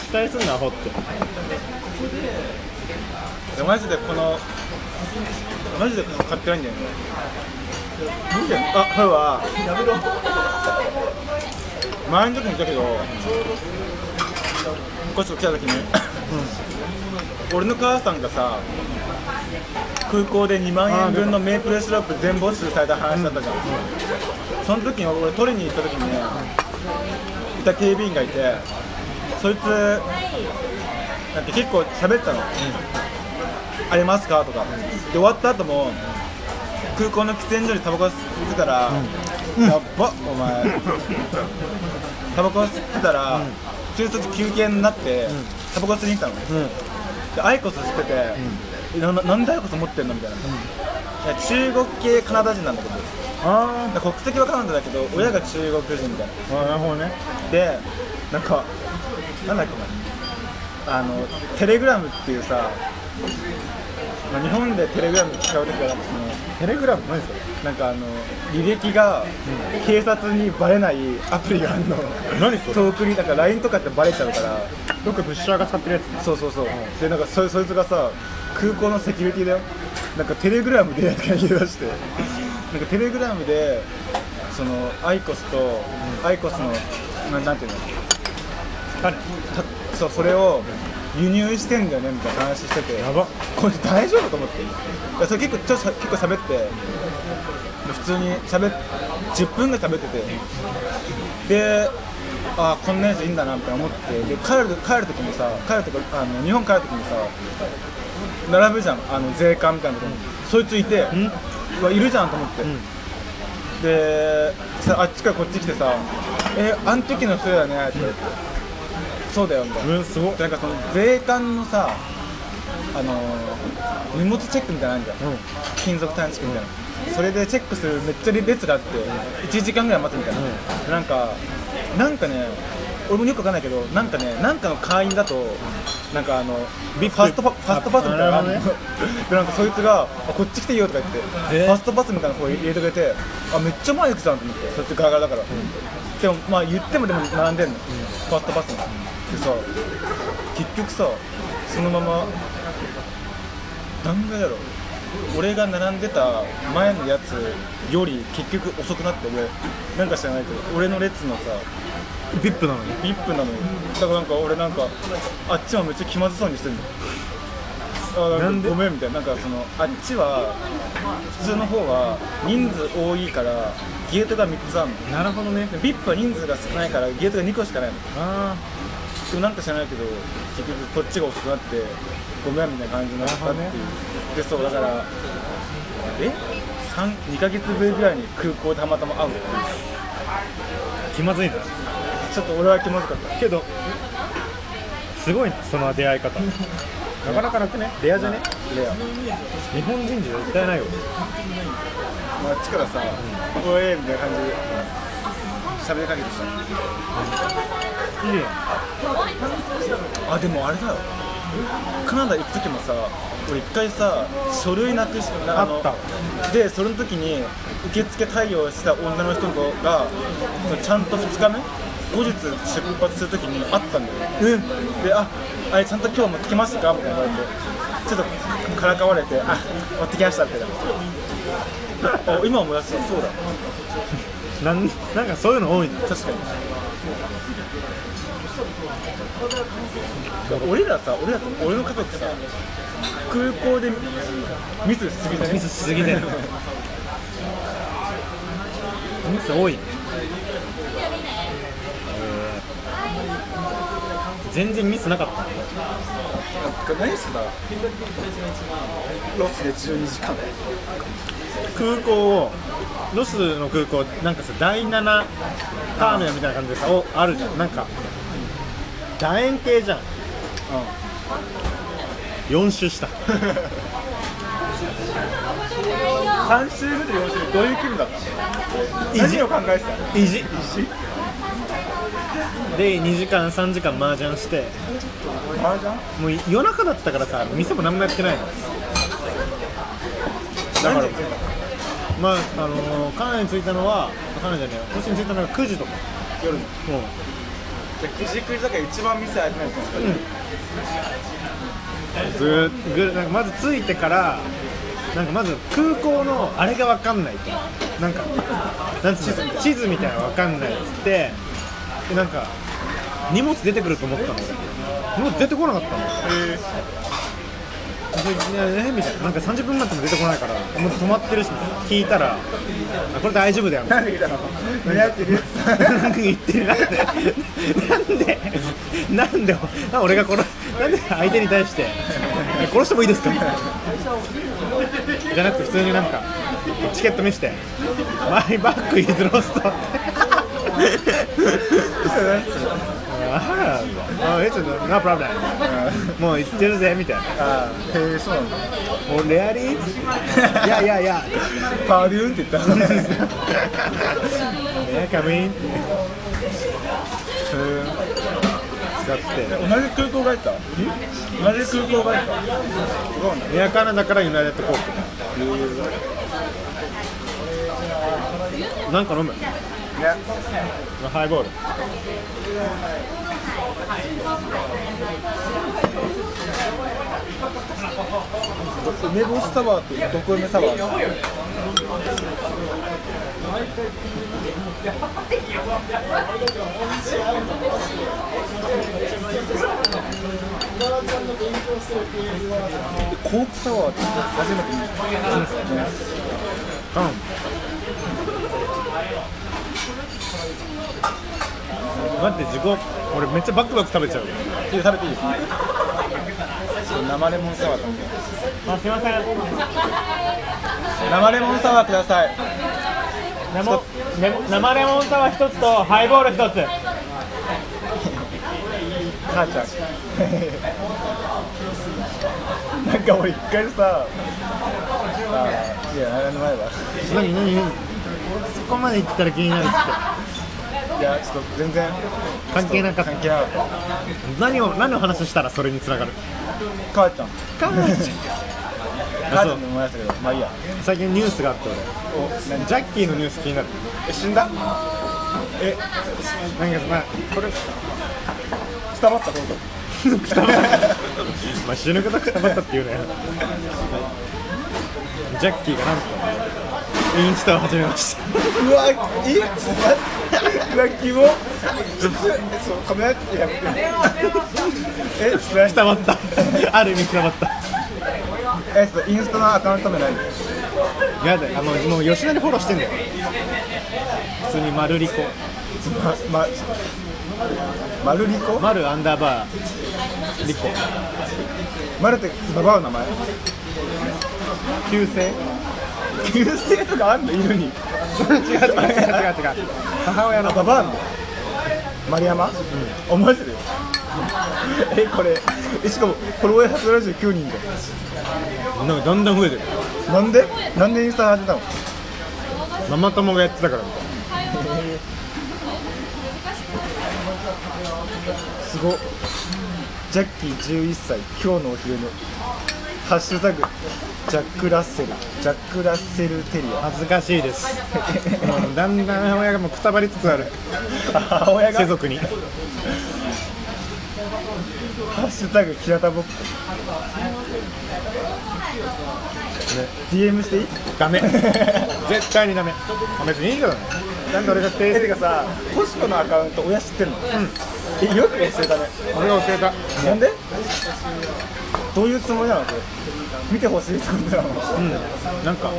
Speaker 2: 期待すんなアホって
Speaker 1: いやマジでこのマジでこの買ってないんだよねなんであこれは前の時も言ったけどこっち来た時に、俺の母さんがさ空港で2万円分のメープルシロップ全没収された話だったじゃん、その時に俺取りに行った時にねいた警備員がいてそいつなんか結構喋ってたの、ありますかとかで終わった後も空港の喫煙所にタバコ吸ってたら、やっばお前タバコ吸ってたら、中卒休憩になって、タバコ吸いに来たの、
Speaker 2: うん
Speaker 1: でアイコスしてて、えなななんでアイコス持ってんのみたいな、いや中国系カナダ人なんだけど
Speaker 2: あ
Speaker 1: 国籍はカナダだけど親が中国人みたいな
Speaker 2: ーあなるほどね
Speaker 1: でなんかなんだっけなあのテレグラムっていうさまあ日本でテレグラム使う時はなんかその
Speaker 2: テレグラム何それ
Speaker 1: なんかあの履歴が警察にバレないアプリがあるの
Speaker 2: 何それ
Speaker 1: 遠くにだから LINE とかってバレちゃうから
Speaker 2: どっかブッシャーが使ってるやつ
Speaker 1: そうそうそうでなんかそそいつがさ空港のセキュリティだよなんかテレグラムでなんか言い出してなんかテレグラムでそのアイコスと、アイコスのななんていうのたそうそれを輸入してんだよねみたいな話してて
Speaker 2: やば
Speaker 1: これ大丈夫と思っていやそれ結構ちょっと結構喋って普通に喋っ10分ぐらい喋っててであこんなやついいんだなみたいな思ってで帰る帰る時もさ帰る時あの日本帰る時もさ並ぶじゃんあの税関みたいなとこに、そいついてうわいるじゃんと思って、
Speaker 2: ん
Speaker 1: でさあっちからこっち来てさ「えあの時の人だよね」って言って「そうだよ」みたいな
Speaker 2: うんすごっ
Speaker 1: なんかその税関のさあのー荷物チェックみたいなのあるじゃん
Speaker 2: うん
Speaker 1: 金属探知機みたいな、それでチェックするめっちゃ列があって、1時間ぐらい待つみたいな、なんかなんかね俺もよくわかんないけどなんかねなんかの会員だとなんかあのビファストパファストパスみたいなのがあるの
Speaker 2: なるほ
Speaker 1: でなんかそいつがあ「こっち来ていいよ」とか言って、
Speaker 2: えー
Speaker 1: ファストパスみたいな方入れてくれてあめっちゃ前行くじゃんと思ってそっちガラガラだから、でもまあ言ってもでも並んでんの、ファストパスも、でさ結局さそのまま何回だろう俺が並んでた前のやつより結局遅くなって俺なんか知らないけど俺の列のさ
Speaker 2: ビップなのに
Speaker 1: ビップなのよだからなんか俺なんかあっちはめっちゃ気まずそうにしてるのあ
Speaker 2: な
Speaker 1: なんん
Speaker 2: で
Speaker 1: かごめんみたいななんかそのあっちは普通の方は人数多いからゲートが3つあるの
Speaker 2: なるほどね
Speaker 1: でビップは人数が少ないからゲートが2個しかないの
Speaker 2: あ
Speaker 1: でもなんか知らないけど結局こっちが遅くなってごめんみたいな感じになったっていう、
Speaker 2: なるほ
Speaker 1: でそうだからえ三2ヶ月ぶりぐらいに空港でたまたま会うの
Speaker 2: あ気まずいな
Speaker 1: ちょっと俺は気まずかった
Speaker 2: けどすごいなその出会い方なかなかなくねレアじゃね
Speaker 1: レア
Speaker 2: 日本人じゃ絶対ないよ
Speaker 1: まあ、あっちからさ「おえ」みたいな感じで喋りかけてき
Speaker 2: いいや
Speaker 1: たあでもあれだよカナダ行く時もさ俺一回さ書類なくしなの
Speaker 2: あったわ
Speaker 1: でその時に受付対応した女の人がちゃんと2日目後日出発する時に会ったんだよ、でああれちゃんと今日持ってきましたかみたいな言われてちょっとからかわれてあ持ってきました ってあ今思い出したそうだ
Speaker 2: なんなんかそういうの多いな
Speaker 1: 確かに俺らさ俺らと俺の家族さ空港でミスしすぎじゃね
Speaker 2: ミスしすぎだよミス多いね全然ミスなかった
Speaker 1: 何してたロスで12時間
Speaker 2: 空港をロスの空港なんかさ第7ターミナルみたいな感じでさおあるじゃんなんか楕円形じゃん、4周した
Speaker 1: 3週目と4週目どういう気分だった何を考えてたの
Speaker 2: 意地で2時間3時間麻雀して
Speaker 1: 麻雀
Speaker 2: もう夜中だったからさ店も何もやってないのだから
Speaker 1: 何時に着い
Speaker 2: まああのー、カナダに着いたのはカナダじゃねえよこっちに着いたのが9時とか
Speaker 1: たの夜の
Speaker 2: もう
Speaker 1: じゃあ9時9時だから一番ミスありないですか
Speaker 2: ずーっとぐなんかまず着いてからなんかまず空港のあれが分かんないとなんかなんつうの地図みたいなの分かんないっつってでなんか荷物出てくると思ったの俺荷物出てこなかったのでいやえみたいななんか30分待っても出てこないからもう止まってるし聞いたらあこれ大丈夫だよみた
Speaker 1: 何
Speaker 2: いな
Speaker 1: で来たの何やってる
Speaker 2: なんか言ってるなんでなんでなんで俺がこのなんで相手に対してえ殺してもいいですかじゃなくて普通になんかチケット見して「マイバックイズロスト」ああ、え、ちょっと、no problem。もう行ってるぜみたいな。
Speaker 1: ああへえそうなんだ
Speaker 2: もうレアリー。いやいやいや。
Speaker 1: パーデューンって 言ったね
Speaker 2: ね、カミン。
Speaker 1: へ
Speaker 2: 使って。
Speaker 1: え同じ空港がいた同じ空港がいた違うんだ
Speaker 2: エアカナダからユナイテッド航空なんか飲む
Speaker 1: ね
Speaker 2: ハイボール
Speaker 1: 梅干しサワーと毒梅サワーコークサワーって初めて見た、ね、
Speaker 2: うん待って自己俺めっちゃバクバク食べちゃうよ
Speaker 1: ちょっと食べていいですか生レモンサワー食べて
Speaker 2: あすいません
Speaker 1: 生レモンサワーください
Speaker 2: 生生レモンサワー一つとハイボール一つ
Speaker 1: 母ちゃんなんか俺一回さあいやあの前は
Speaker 2: 何何何そこまで行ったら気になるって
Speaker 1: いやちょっと全然
Speaker 2: 関係なかった
Speaker 1: 関係なかった
Speaker 2: 何を何の話したらそれにつながる
Speaker 1: 母ちゃん
Speaker 2: あ
Speaker 1: 母ち
Speaker 2: そ
Speaker 1: ゃ
Speaker 2: うん
Speaker 1: で思い出したけどまあいいや
Speaker 2: 最近ニュースがあって
Speaker 1: お
Speaker 2: 俺
Speaker 1: 何
Speaker 2: ジャッキーのニュース気になる
Speaker 1: え死んだえ
Speaker 2: なんかまあ
Speaker 1: これスタバったどうぞ
Speaker 2: くたばったまあ死ぬことくたばったっていうねジャッキーがなんとインスタを始めました
Speaker 1: うわえちょっとうわキモえそうカメラやってやめてえちょっと
Speaker 2: くたばったある意味くたばった
Speaker 1: えちょっとインスタのアカウント名何
Speaker 2: やだよあのもう吉田にフォローしてんだよ普通に丸リコ
Speaker 1: ままマルリコ
Speaker 2: 丸アンダーバーリコ
Speaker 1: マルってババアの名前
Speaker 2: 旧姓違
Speaker 1: 旧
Speaker 2: う
Speaker 1: 姓とかあんの犬に
Speaker 2: 違う違う違う違う母親の
Speaker 1: ババアの丸山、うん、マジでえこれえしかもフォロワー179人で
Speaker 2: なんかだんだん増えてる
Speaker 1: なんでなんでインスタ始めたの
Speaker 2: ママ友がやってたからみたい
Speaker 1: すごっジャッキー11歳今日のお昼寝ハッシュタグジャック・ラッセルジャック・ラッセル・テリ
Speaker 2: な恥ずかしいですもうだんだん母親がもうくたばりつつある
Speaker 1: ア母親 がハ
Speaker 2: 世俗
Speaker 1: ッ
Speaker 2: に
Speaker 1: シュタグ平田ぼっこ、DM していい
Speaker 2: ダメ 絶対にダメ別にいいけどねなんで俺が
Speaker 1: え
Speaker 2: 定
Speaker 1: て
Speaker 2: 席
Speaker 1: かさコシコのアカウント親知ってんの、えよく教えたね
Speaker 2: 俺が教えた
Speaker 1: なんでどういうつもりなのこれ見てほしいってことなの
Speaker 2: うんなんか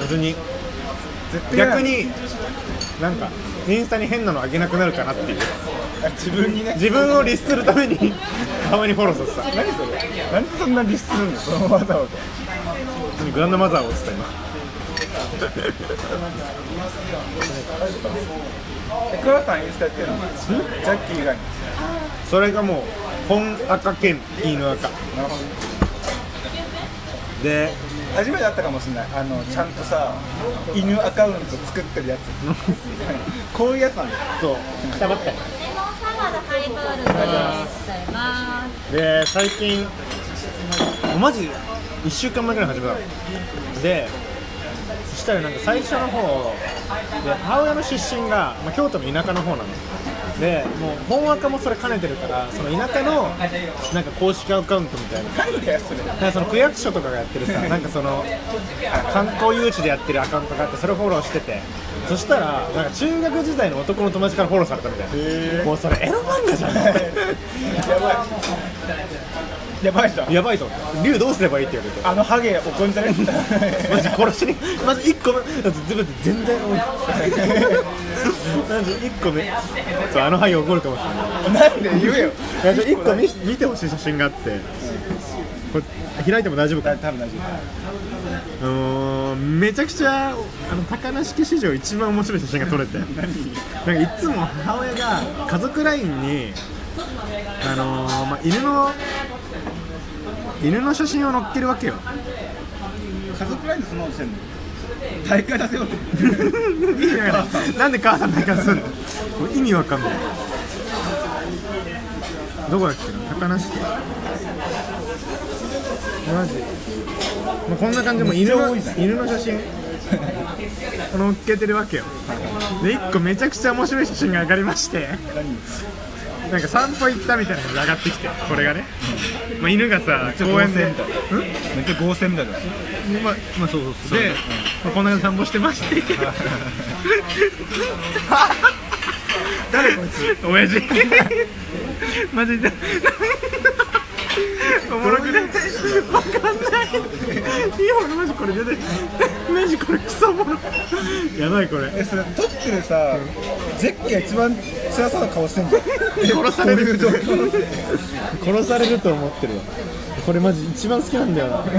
Speaker 2: 別に
Speaker 1: 絶対嫌なの
Speaker 2: 逆になんかインスタに変なのあげなくなるかなっていう
Speaker 1: あ自分にね
Speaker 2: 自分を律するために たまにフォローさせた
Speaker 1: 何それなんでそんなリスするのそのわざわざ
Speaker 2: グランドマザーをした今
Speaker 1: えクラさんインスタやってるのジャッキー以外に
Speaker 2: それがもう本赤兼犬赤
Speaker 1: なるほどね
Speaker 2: で
Speaker 1: 初めてだったかもしれないあのちゃんとさ犬アカウント作ってるやつこういうやつなんだよ
Speaker 2: そうくたばったよ
Speaker 3: レモンサワーとハイボールでございます。
Speaker 2: で最近マジ1週間前ぐらいに始めたのでそしたらなんか最初の方で母親の出身が、まあ、京都の田舎の方なのでもう本若もそれ兼ねてるからその田舎のなんか公式アカウントみたいな
Speaker 1: なんだよそれ
Speaker 2: なんかその区役所とかがやってるさなんかその観光誘致でやってるアカウントがあってそれをフォローしててそしたらなんか中学時代の男の友達からフォローされたみたいなもうそれエロ漫画じゃん
Speaker 1: やばいやばいじゃん
Speaker 2: やばいと思って竜どうすればいいって言われて
Speaker 1: あのハゲ怒ん じゃね
Speaker 2: マジ殺しに、まず1個目、だって全部全然多い。まず1個目、そうあの範囲怒るかもしれない
Speaker 1: なんで言えよ
Speaker 2: いや。1個見見てほしい写真があって、こ開いても大丈夫か
Speaker 1: だ多分大丈
Speaker 2: あのーめちゃくちゃあの高梨家史上一番面白い写真が撮れてなんかいつも母親が家族 LINE に、あのーまあ、犬の犬の写真を載っけるわけよ
Speaker 1: 夫家族ラインでそんなことしてんの大会出せようって
Speaker 2: なんで母さんだけすんのこれ意味わかんないどこだっけな高梨家マジもうこんな感じでもう犬の
Speaker 1: めっちゃ多いじ
Speaker 2: 犬の写真載っけてるわけよで1個めちゃくちゃ面白い写真が上がりましてなんか散歩行ったみたいなのが上がってきてこれがね、まあ、犬がさ
Speaker 1: ちゃ
Speaker 2: 公園で
Speaker 1: 合成みたい
Speaker 2: うん
Speaker 1: めっちゃ合成みたいな
Speaker 2: まあ、まあ、そうそうそうで、まあ、こんな感じで散歩してまして誰こいつ親父マジでおもろくないわかんないいや俺マジこれ出てマジこれクソおもろやばいこれ
Speaker 1: えそれ撮ってるさゼッケが一番辛そうな顔してんじゃん
Speaker 2: 殺される殺されると思ってるわこれマジ一番好きなんだよなこ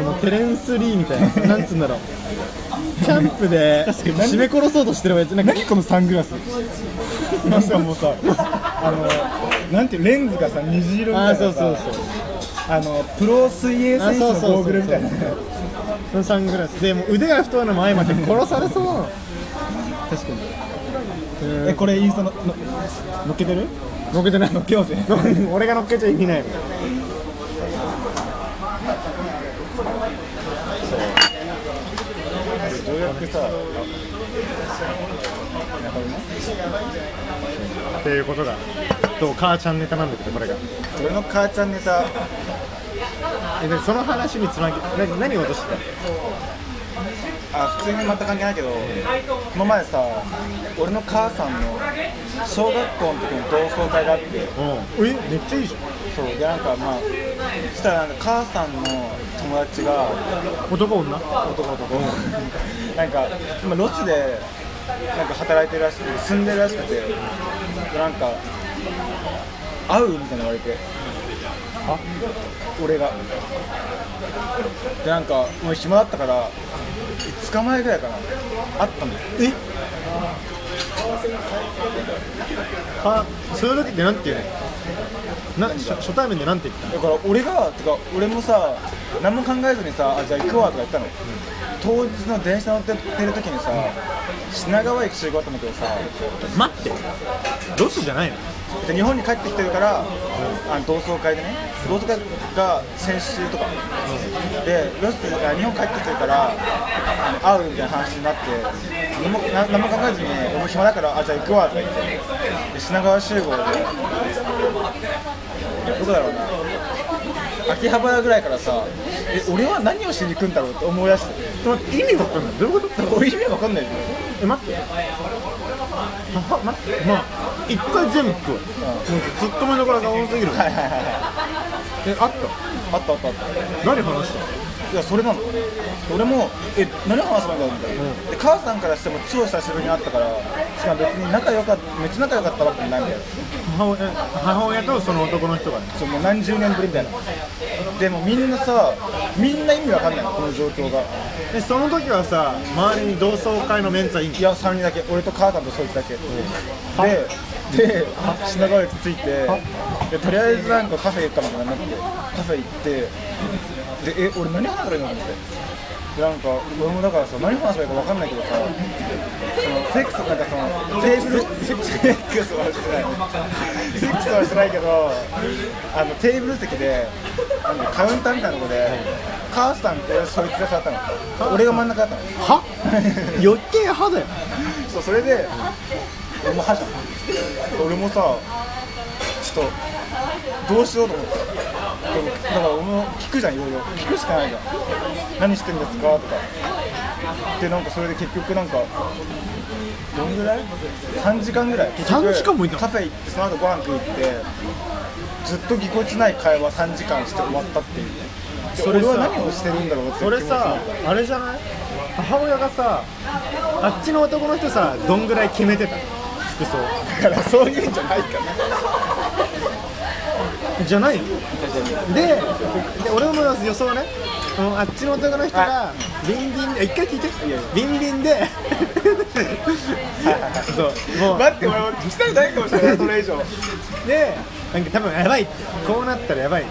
Speaker 2: のテレンス・リーみたいななんつうんだろうキャンプで締め殺そうとしてるわけなんか
Speaker 1: 何このサングラスなんかもうさあのなんていうレンズがさ虹色み
Speaker 2: あ
Speaker 1: た
Speaker 2: あ
Speaker 1: いなさ
Speaker 2: そうそうそう
Speaker 1: あのプロ水泳選手の
Speaker 2: あそうそ
Speaker 1: ゴ
Speaker 2: うそうそう
Speaker 1: ーグルみたいな
Speaker 2: そのサングラスでもう腕が太いのも相まって殺されそうなの
Speaker 1: 確かに
Speaker 2: うん
Speaker 1: えこれインスタのの乗っけてる
Speaker 2: 乗っけてない
Speaker 1: 乗っけようぜ
Speaker 2: 俺が乗っけちゃいけないもん
Speaker 1: どうやってさ
Speaker 2: っていうことがと母ちゃんネタなんだけどこれが
Speaker 1: 俺の母ちゃんネタ
Speaker 2: えでその話につなげ何何を落としてた
Speaker 1: あ普通に全く関係ないけどこの前さ俺の母さんの小学校の時の同窓会があって
Speaker 2: うんえめっちゃいいじゃ
Speaker 1: そうでなんかまあそしたらなんか母さんの友達が
Speaker 2: ん男女
Speaker 1: 男男なんか今ロスでなんか働いてるらしくて住んでるらしくてでなんか会うみたいな言われてあ俺がでなんかもう暇だったから5日前ぐらいかな会ったの
Speaker 2: えあそういう時ってなんて言うのなしょ初対面でなんて言った
Speaker 1: だから俺がてか俺もさ何も考えずにさあじゃあ行くわとか言ったの、当日の電車乗ってる時にさ、品川駅集合だったんだけどさ
Speaker 2: 待ってロスじゃないの
Speaker 1: で日本に帰ってきてるから、あの同窓会でね同窓会が先週とか、でロスあ日本帰ってきてるからあの会うみたいな話になって何もな何も考えずに俺も暇だからあじゃあ行くわとか言ってで品川集合でどこだろうな秋葉原ぐらいからさえ俺は何をしに行くんだろうって思い出して
Speaker 2: 待って意味わかんないどういうこと
Speaker 1: 俺意味わかんないよ
Speaker 2: え待って母待ってまあ一回全部食う、もうずっと目のからが多すぎる
Speaker 1: はいはいはいはい
Speaker 2: えあった
Speaker 1: あったあったあった
Speaker 2: 何話した
Speaker 1: いやそれなの俺もえ何話せばいいんだろうみたいな、で母さんからしても超久しぶりに会ったからしかも別に仲良かっためっちゃ仲良かったわけもないみたいな
Speaker 2: 母親母親とその男の人がね
Speaker 1: そうもう何十年ぶりみたいなでもみんなさみんな意味わかんないのこの状況が
Speaker 2: えその時はさ周りに同窓会のメンツはいいん
Speaker 1: いや3人だけ俺と母さんとそいつだけ、でで品川駅着いてでとりあえずなんかカフェ行ったのかなってカフェ行ってでえ俺何話せばいいのと思ってでなんか俺もだからさ何話せばいいか分かんないけどさそのセックスなんかそのセセセックスはしてないセックスはしてないけどあのテーブル席でなんかカウンターみたいなとこで母さんと俺そいつが座ったの俺が真ん中だったの
Speaker 2: は余計派だよ
Speaker 1: そうそれで俺も歯じゃん俺もさちょっとどうしようと思ってだから俺も聞くじゃんいろいろ聞くしかないじゃん何してんですかとかでなんかそれで結局なんかどんぐらい3時間ぐらい結局
Speaker 2: 3時間もいたの
Speaker 1: カフェ行ってその後ご飯食い行ってずっとぎこちない会話3時間して終わったっていう
Speaker 2: そ
Speaker 1: そ
Speaker 2: れ
Speaker 1: れ
Speaker 2: さ
Speaker 1: は何をしてるんだろうって
Speaker 2: それさあれじゃない母親がさあっちの男の人さどんぐらい決めてた服装
Speaker 1: だからそういうんじゃないから
Speaker 2: じゃないのでで俺の予想はねあのあっちの男の人が
Speaker 1: は
Speaker 2: ビンビンで一回聞いて
Speaker 1: いやいや
Speaker 2: ビンビンでそうもう
Speaker 1: 待って俺も聞きたくないかもしれないそれ以上
Speaker 2: でなんか多分やばいってこうなったらやばい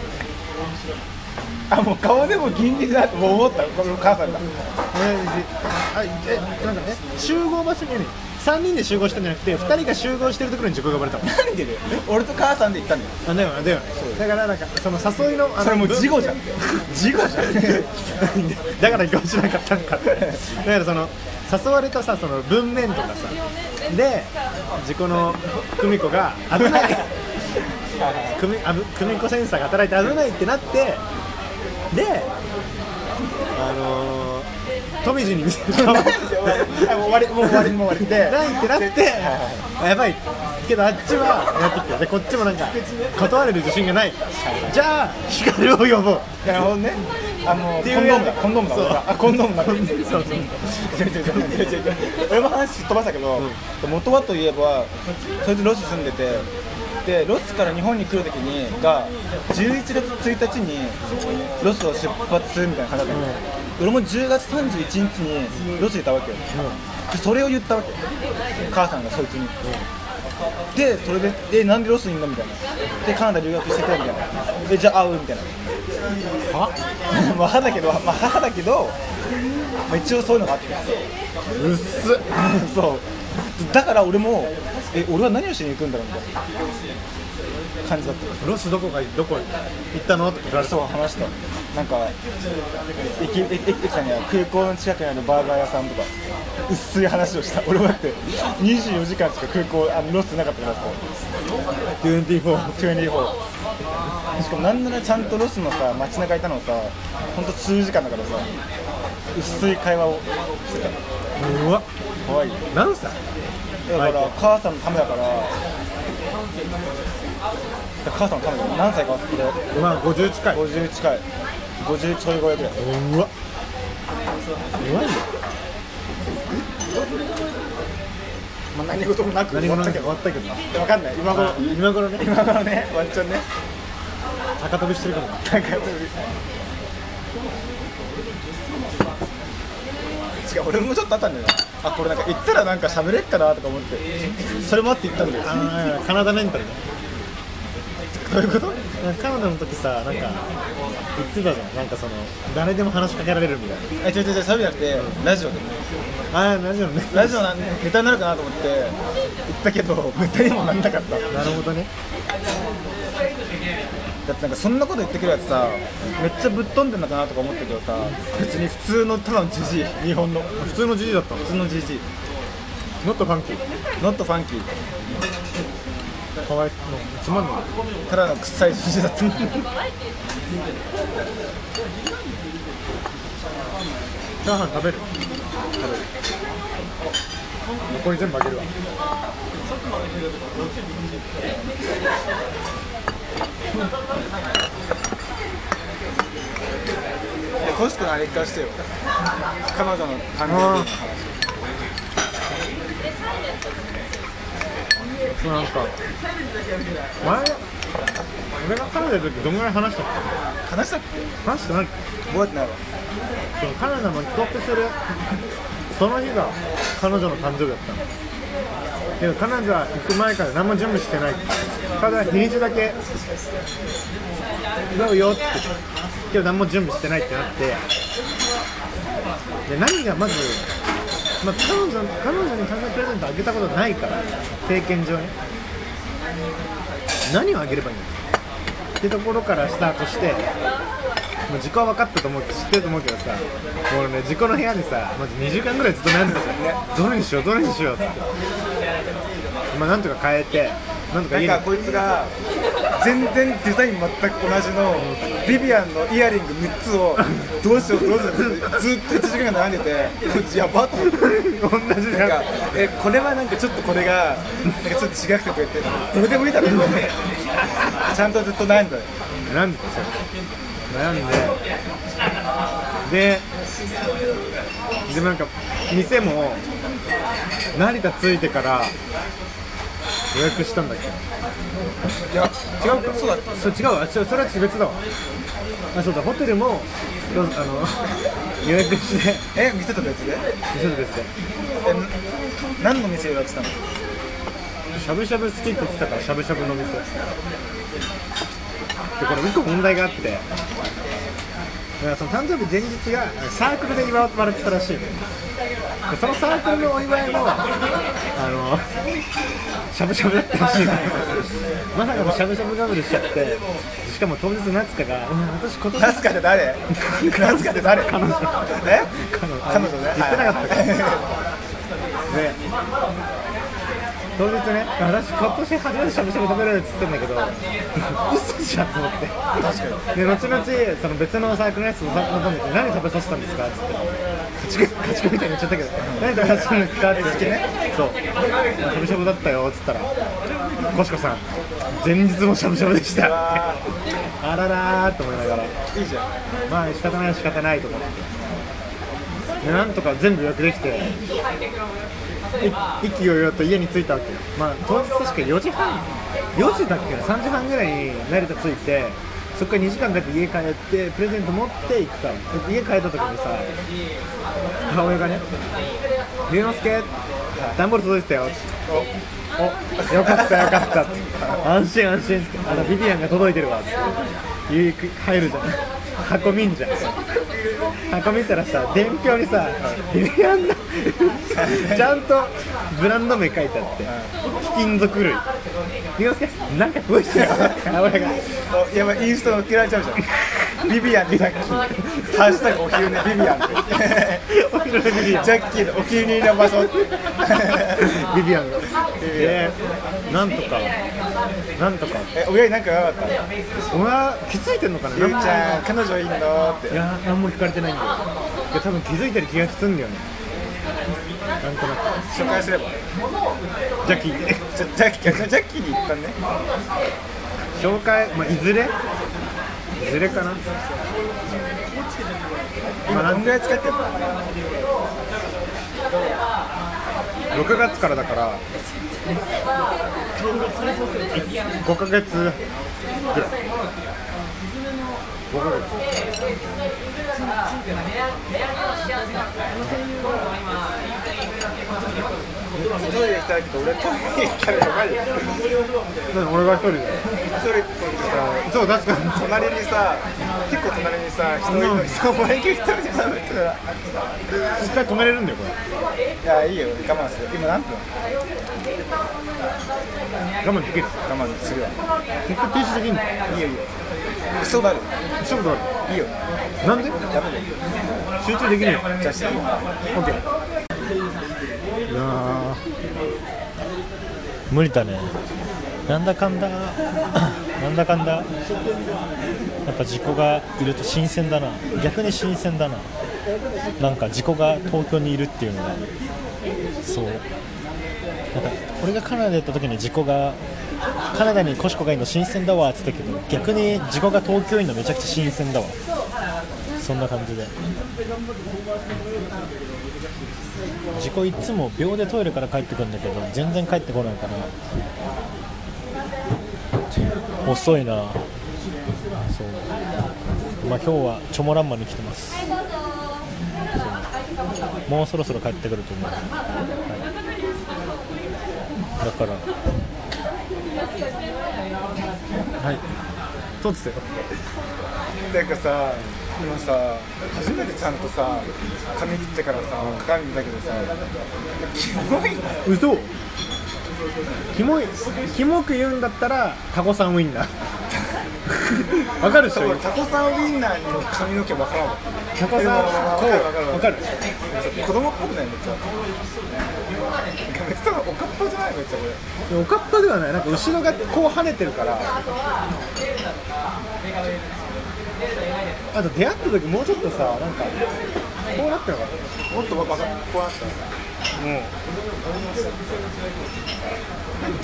Speaker 1: あもう顔でも銀銀だってもう思ったこの母さんが
Speaker 2: あえなんかね集合場所に3人で集合したんじゃなくて2人が集合してるところに自己がバレたの
Speaker 1: 何でだよ俺と母さんで行ったんだよ
Speaker 2: あだよねだよねだからなんかその誘いのあの
Speaker 1: それもう事故じゃん事故じ ゃん
Speaker 2: だから行事なかったのかだからその誘われたさその文面とかさで事故の久美子が危ない久美あぶ久美子センサーが働いて危ないってなってであのー、富士に見せた
Speaker 1: なんであもう終わりもう終わりもう終わりで
Speaker 2: ないってなってやばいけどあっちはやってきてでこっちもなんか断れる自信がないじゃあ光を呼ぼう
Speaker 1: なるほどねあもう
Speaker 2: って
Speaker 1: コ
Speaker 2: いう
Speaker 1: ンドームだ
Speaker 2: やつ
Speaker 1: コンドームだ
Speaker 2: そう
Speaker 1: 俺らあコンドームだ
Speaker 2: そう
Speaker 1: 違う違う違う違う違う俺も話飛ばしたけど、元はといえばそいつロス住んでてでロスから日本に来る時にが11月1日にロスを出発するみたいな感じだったの、俺も10月31日にロスにいたわけよでそれを言ったわけ母さんがそいつに、でそれで「えなんでロスにいんの?」みたいなでカナダ留学してくれみたいなでじゃあ会うみたいなはまあ母だけど、まあ、母だけど、まあ、一応そういうのがあって
Speaker 2: うっす
Speaker 1: そうだから俺もえ俺は何をしに行くんだろうみたいな感じだった
Speaker 2: ロスどこがどこ行ったのって言われ
Speaker 1: そう話したなんか駅駅駅とかには空港の近くにあるバーガー屋さんとか薄い話をした俺はだって24時間しか空港あのロスなかったからさ
Speaker 2: 24
Speaker 1: 24しかもなんならちゃんとロスのさ街中いたのさほんと数時間だからさ薄い会話をしてた
Speaker 2: うわ
Speaker 1: 怖いよ
Speaker 2: 何歳
Speaker 1: だから
Speaker 2: はい
Speaker 1: 母さんのためだから母さんのためだから何歳か忘れたけ
Speaker 2: うわ50近い
Speaker 1: ど50近い50ちょい超えぐらいう
Speaker 2: わうわいよ
Speaker 1: まあ何事もなく
Speaker 2: 何
Speaker 1: 終
Speaker 2: も
Speaker 1: わっ
Speaker 2: な
Speaker 1: た
Speaker 2: く
Speaker 1: け
Speaker 2: 終
Speaker 1: ど
Speaker 2: わったけど
Speaker 1: 分かんない今頃
Speaker 2: 今頃ね
Speaker 1: 今頃ねワンチャンね
Speaker 2: 高飛びしてるかも
Speaker 1: なんか違う俺もちょっとあったんだよなあこれなんか行ったらなんか喋れっかなとか思ってそれもあって行ったんだよ
Speaker 2: あ ーカナダメンタルね
Speaker 1: どういうこと
Speaker 2: なんかカナダの時さなんか言ってたじゃんなんかその誰でも話しかけられるみたい
Speaker 1: え違う違う違う喋じゃなくてラジオで
Speaker 2: なああーラジオね
Speaker 1: ラジオなんでネタになるかなと思って行ったけどネタにもなんなかった
Speaker 2: なるほどね
Speaker 1: だってなんかそんなこと言ってくるやつさめっちゃぶっ飛んでんのかなとか思ったけどさ別に普通のただのじじい日本の
Speaker 2: 普通のじじいだったの
Speaker 1: 普通のじじい
Speaker 2: もっとファンキー
Speaker 1: ノットファンキー
Speaker 2: かわいそうつまんない
Speaker 1: ただの臭いじじいだった
Speaker 2: チャーハン食べる食べる残り全部あげるわ
Speaker 1: コスコのあれ聞かしてよ彼女の関
Speaker 2: あ
Speaker 1: 係
Speaker 2: ーそうなんか前俺がカナダの時どんぐらい話したっ
Speaker 1: 話したっ
Speaker 2: け
Speaker 1: け
Speaker 2: 話してないっ
Speaker 1: 覚えてないわ
Speaker 2: けそのカナダの帰国するその日が彼女の誕生日だったのけどカナダ行く前から何も準備してないただ日にちだけどうよってけど何も準備してないってなってで何がまず、まあ、彼女彼女に誕生日プレゼントあげたことないから経験上ね何をあげればいいのってところからスタートしてもう時間は分かったと思う知ってると思うけどさもうね自己の部屋でさまず2時間ぐらいずっと悩んでたじゃんねどれにしようどれにしようっつってまあなんとか変えてなんとか
Speaker 1: なん
Speaker 2: 家に
Speaker 1: かこいつが全然デザイン全く同じのビビアンのイヤリング3つをどうしようどうしようってずっと1時間ぐらい悩んでてこいつやばっと思って
Speaker 2: 同じじ
Speaker 1: なん
Speaker 2: ゃ
Speaker 1: か
Speaker 2: ん
Speaker 1: えこれはなんかちょっとこれがなんかちょっと違くてとか言ってどれでもいいだろうねちゃんとずっと悩んだよ
Speaker 2: 悩んでたそれ悩んでででもなんか店も成田着いてから予約したんだっけ
Speaker 1: いや違うかそうだ
Speaker 2: それ違うわそれそれは別だわあそうだホテルもどうあの 予約して
Speaker 1: え店と別で
Speaker 2: 店と別で
Speaker 1: えん何の店予約したの
Speaker 2: しゃぶしゃぶ好きって言ってたからしゃぶしゃぶの店でこれ一個問題があってだからその誕生日前日がサークルで祝われてたらしいのよでそのサークルのお祝いもあのしゃぶしゃぶだったらしいのよまさかのしゃぶしゃぶダブルしちゃってしかも当日夏香がうん「私今年
Speaker 1: ナスカって誰ナスカって誰
Speaker 2: 彼女
Speaker 1: え
Speaker 2: 彼女
Speaker 1: 彼女ね
Speaker 2: 言ってなかったっけ
Speaker 1: は
Speaker 2: で当日ね私今年初めてしゃぶしゃぶ食べられるって言ってたんだけど 嘘じゃんと思って
Speaker 1: い確かに
Speaker 2: で後々その別のサークルのやつと頼んでて何食べさせたんですかっつって家畜家畜みたいに言っちゃったけど何食べさせたんですかって言ってねそうしゃぶしゃぶだったよっつったらコシコさん前日もしゃぶしゃぶでした
Speaker 1: う
Speaker 2: あ
Speaker 1: わ
Speaker 2: ららーと思いながら
Speaker 1: ーいいじゃん
Speaker 2: まあ仕方ない仕方ないと思ってでなんとか全部予約できてい意気揚々と家に着いたわけよまあ当日確か4時半4時だっけな3時半ぐらいに成田着いてそこから2時間だけ家帰ってプレゼント持って行ったので家帰った時にさ母親がね「龍之介段ボール届いてたよ」およかったよかったって安心安心ってあのビビアンが届いてるわって言い入るじゃん箱見んじゃん箱見たらさ伝票にさビビアン だちゃんとブランド名書いてあって貴金属類凌介なんかどうして る母親が
Speaker 1: おやばいインスタ乗っけられちゃうじゃんビビアンにさっき「ハッシュタグお昼寝ビビアン」って
Speaker 2: お昼のビビアン
Speaker 1: ジャッキーのお気に入りの場 所って
Speaker 2: ビビアンがでなんとかなんとか
Speaker 1: え親になんか言わなかった
Speaker 2: お前気づいてんのかな
Speaker 1: ゆうちゃん彼女いんのって
Speaker 2: いやー何も聞かれてないんだよいや多分気づいてる気がするんだよねなんとなく
Speaker 1: 紹介すれば
Speaker 2: じゃあ聞いて
Speaker 1: じゃジャッキージャッキーに言ったね
Speaker 2: 紹介、まあ、いずれいずれかな
Speaker 1: 今どんぐらい使ってんの
Speaker 2: 6月からだから5ヶ月ぐらい5ヶ月
Speaker 1: トイレ行きたいけど俺トイレ行きたいけどマジで
Speaker 2: なんで俺が一人で
Speaker 1: 一人ってさ
Speaker 2: そう確かに
Speaker 1: 隣にさ結構隣にさ人いるのにさ毎回一人で喋ってたら
Speaker 2: しっかり止めれるんだよこ
Speaker 1: いやいいよ我慢する今何分
Speaker 2: れ我慢できる
Speaker 1: 我慢するわ
Speaker 2: 結局停止できるの
Speaker 1: いいよいいよ嘘だろ
Speaker 2: したことあ
Speaker 1: いいよ
Speaker 2: るなんで
Speaker 1: ダメだよ
Speaker 2: 集中できない
Speaker 1: じゃあしても
Speaker 2: オッケーいやー無理だね
Speaker 4: なんだかんだ なんだかんだやっぱ事故がいると新鮮だな逆に新鮮だななんか事故が東京にいるっていうのがそうなんか俺がカナダ行った時に事故がカナダにコシコがいるの新鮮だわって言ったけど逆に事故が東京いるのめちゃくちゃ新鮮だわそんな感じで事故いつも秒でトイレから帰ってくるんだけど全然帰ってこないから遅いなそうまあ今日はチョモランマに来てますそうもうそろそろ帰ってくると思う、はい、だから
Speaker 2: はい撮ってたよ
Speaker 1: なんかさ今さ初めてちゃんとさ髪切ってからさ鏡見たけどさキモいな
Speaker 2: 嘘キモいキモく言うんだったらタコさんウインナー わかるでしょ
Speaker 1: 俺タコさんウインナーに髪の毛わからんわ
Speaker 2: タコさんこ
Speaker 1: わかるわ
Speaker 2: うわ
Speaker 1: か
Speaker 2: か
Speaker 1: る
Speaker 2: る
Speaker 1: 子供っぽくないめっちゃなんかめっちゃおかっぱじゃないめっちゃこれ
Speaker 2: おかっぱではないなんか後ろがこう跳ねてるからあと出会った時もうちょっとさなんかこうなってなかっ
Speaker 1: もっとバカっぽくなった
Speaker 2: たもう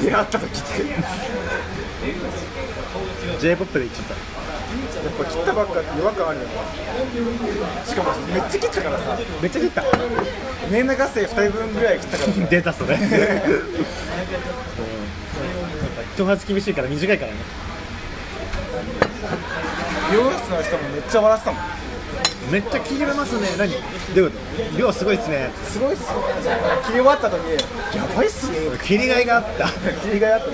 Speaker 1: 出会った時ってやっ
Speaker 2: j p o p で行っちゃっ
Speaker 1: ぱ切ったばっかって違和感あるよねしかもさめっちゃ切ったからさ
Speaker 2: ためっちゃ出た
Speaker 1: 年長生2人分ぐらい切ったからさ
Speaker 2: 出たそれ
Speaker 1: め
Speaker 2: 頭髪厳しいから短いからね
Speaker 1: 美容室の人もめっちゃ笑ってたもん
Speaker 2: めっちゃ切れますね何どういうこと量すごいっすね
Speaker 1: すごいっすよ切り終わった時にやばいっすね
Speaker 2: 切りがいがあった
Speaker 1: 切りがいあった時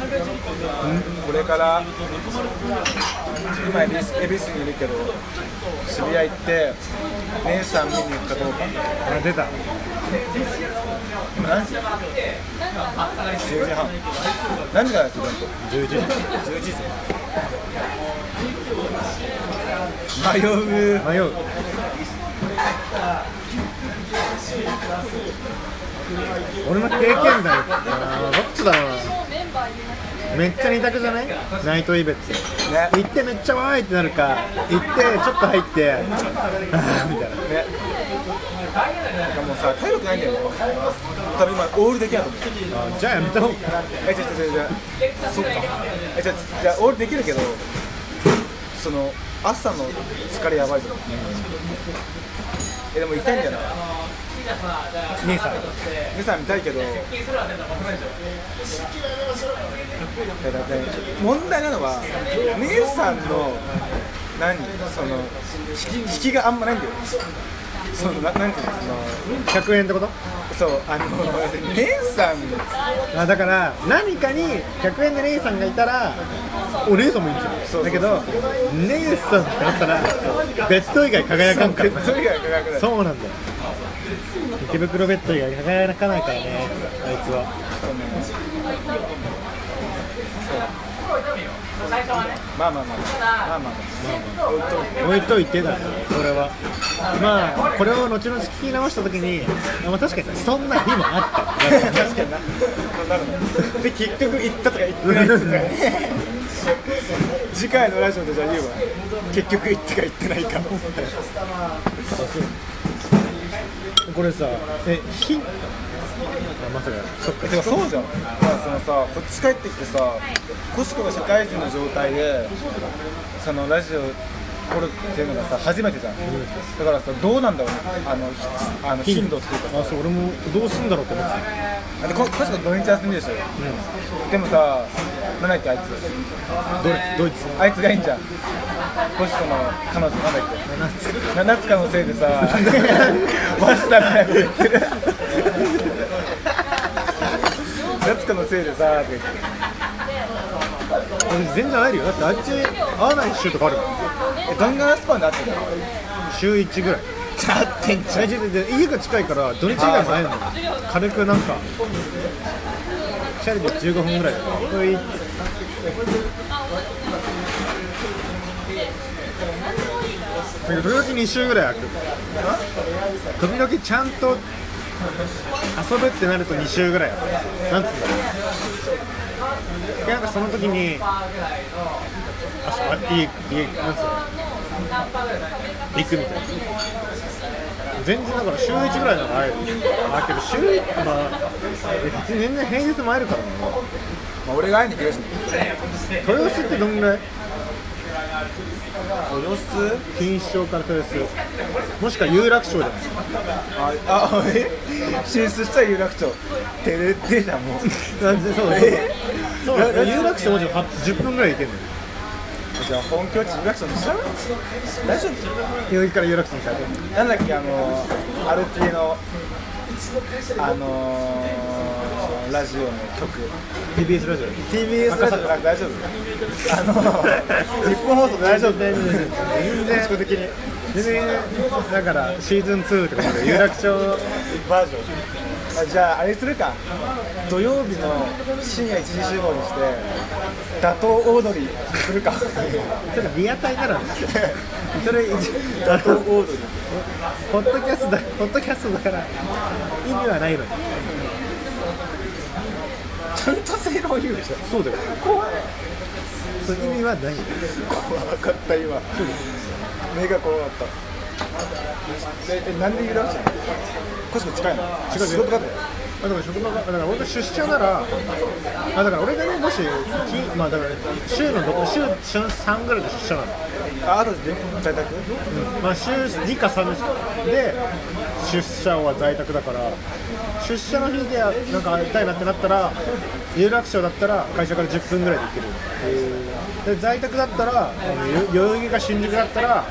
Speaker 1: これから今恵比寿恵比寿にいるけど渋谷行って姉さん見に行くかどうか
Speaker 2: あ出た
Speaker 1: 今何時10時半何時からですか
Speaker 2: 11時
Speaker 1: 11時迷う
Speaker 2: 迷う俺の経験談だなどっちだろうなめっちゃ二択じゃないナイトイベツ
Speaker 1: ね
Speaker 2: 行ってめっちゃわーいってなるか行ってちょっと入ってあーみたいな
Speaker 1: ねなんかもうさ体力ないんだよね多分今オールできないと思う
Speaker 2: あじゃあやめた方が
Speaker 1: えじゃじゃじゃそっかえじゃじゃオールできるけどその朝の疲れやばいじゃんえでも痛いんじゃない
Speaker 2: 兄さん
Speaker 1: 皆さん見たいけどいやだって問題なのは姉さんの何その引き引きがあんまないんだよそのななんていうの
Speaker 2: 100円ってこと
Speaker 1: そのそうあの姉さん
Speaker 2: あだから何かに100円で姉さんがいたらお姉さんもいいじゃん
Speaker 1: そうそうそう
Speaker 2: だけど姉さんってなったらベッド以外輝かんから
Speaker 1: それ以外がなくなる
Speaker 2: そうなんだよ池袋ベッド以外輝かないからねあいつは
Speaker 1: まあまあまあまあまあま
Speaker 2: 置いといてだねそれはまあこれを後々聞き直した時に、まあ、確かにそんな日もあった
Speaker 1: あ確か になそうなるねで結局行ったとか行ってないとかね次回のラジオでじゃあ言うわ結局行ってか行ってないか
Speaker 2: これさえ日あまさかそっか
Speaker 1: てかそうじゃん、まあ、そのさこっち帰ってきてさ、コシコが社会人の状態でそのラジオ来るっていうのがさ初めてじゃん、だからさどうなんだろうねあのひあの頻度っていうか
Speaker 2: あそう俺もどうすんだろうと思って
Speaker 1: あでココシコ土日休みでしょ、でもさなんだっけあいつ
Speaker 2: たドイツドイツ
Speaker 1: あいつがいいんじゃんコシコの彼女なんだっけ
Speaker 2: なんつ
Speaker 1: 七
Speaker 2: うか
Speaker 1: つかのせいでさマジだなって言ってる七つかのせいでさって言って
Speaker 2: 全然会えるよだってあっち会わない週とかあるもん
Speaker 1: えどんぐらいのスパンで会ってんの
Speaker 2: 週1ぐらい
Speaker 1: 会ってんじ
Speaker 2: 大丈夫で家が近いから土日以外も会えるの軽くなんかチャリで15分ぐらいだから
Speaker 1: い
Speaker 2: 時々2週ぐらい空く時々ちゃんと遊ぶってなると2週ぐらい空くなんつうんだろうなんかその時にあそうあいいいいなんつうんだろう行くみたいな全然だから週1ぐらいなら会えるあけど週1まあ別に全然平日も会えるからな
Speaker 1: まあ、俺が会いに来るしね
Speaker 2: 豊洲ってどんぐらい
Speaker 1: 豊洲
Speaker 2: 錦糸町から豊洲もしくは有楽町じゃない
Speaker 1: ああえ進出したら有楽町てれってじゃんもう
Speaker 2: なんでそうだ
Speaker 1: え
Speaker 2: そうだそうだ有楽町もちろんは10分ぐらい行けるのよ
Speaker 1: じゃあ本拠地有楽町にしたら大丈夫
Speaker 2: 代々木から有楽町に帰って
Speaker 1: なんだっけあのアルティのあのー、ラジオの曲
Speaker 2: TBS ラジオ
Speaker 1: TBS ラジオじゃなくて大丈夫あのー、日本放送大丈夫
Speaker 2: 全然的に全然だからシーズン2とかまで有楽町
Speaker 1: バージョンあじゃああれするか土曜日の深夜1時集合にして打倒オードリーするか
Speaker 2: ちょっとリアタイならね
Speaker 1: それ打倒オードリー
Speaker 2: ポッドキャストだポッドキャストだから意味はないのに
Speaker 1: ちゃんと正論言うでしょ
Speaker 2: そうだよそう意味はないの
Speaker 1: 怖かった今目が怖かったええなんで揺らしたのコスコ近いの
Speaker 2: 違う
Speaker 1: 仕事だって
Speaker 2: あだから職場がだから俺が出社ならあだから俺がねもし金まあだから週のど週週3ぐらいで出社なの、
Speaker 1: ああとで在宅
Speaker 2: まあ週2か3で出社は在宅だから出社の日でなんか会いたいなってなったら有楽町だったら会社から10分ぐらいで行けるで在宅だったらあのよ代々木が新宿だったら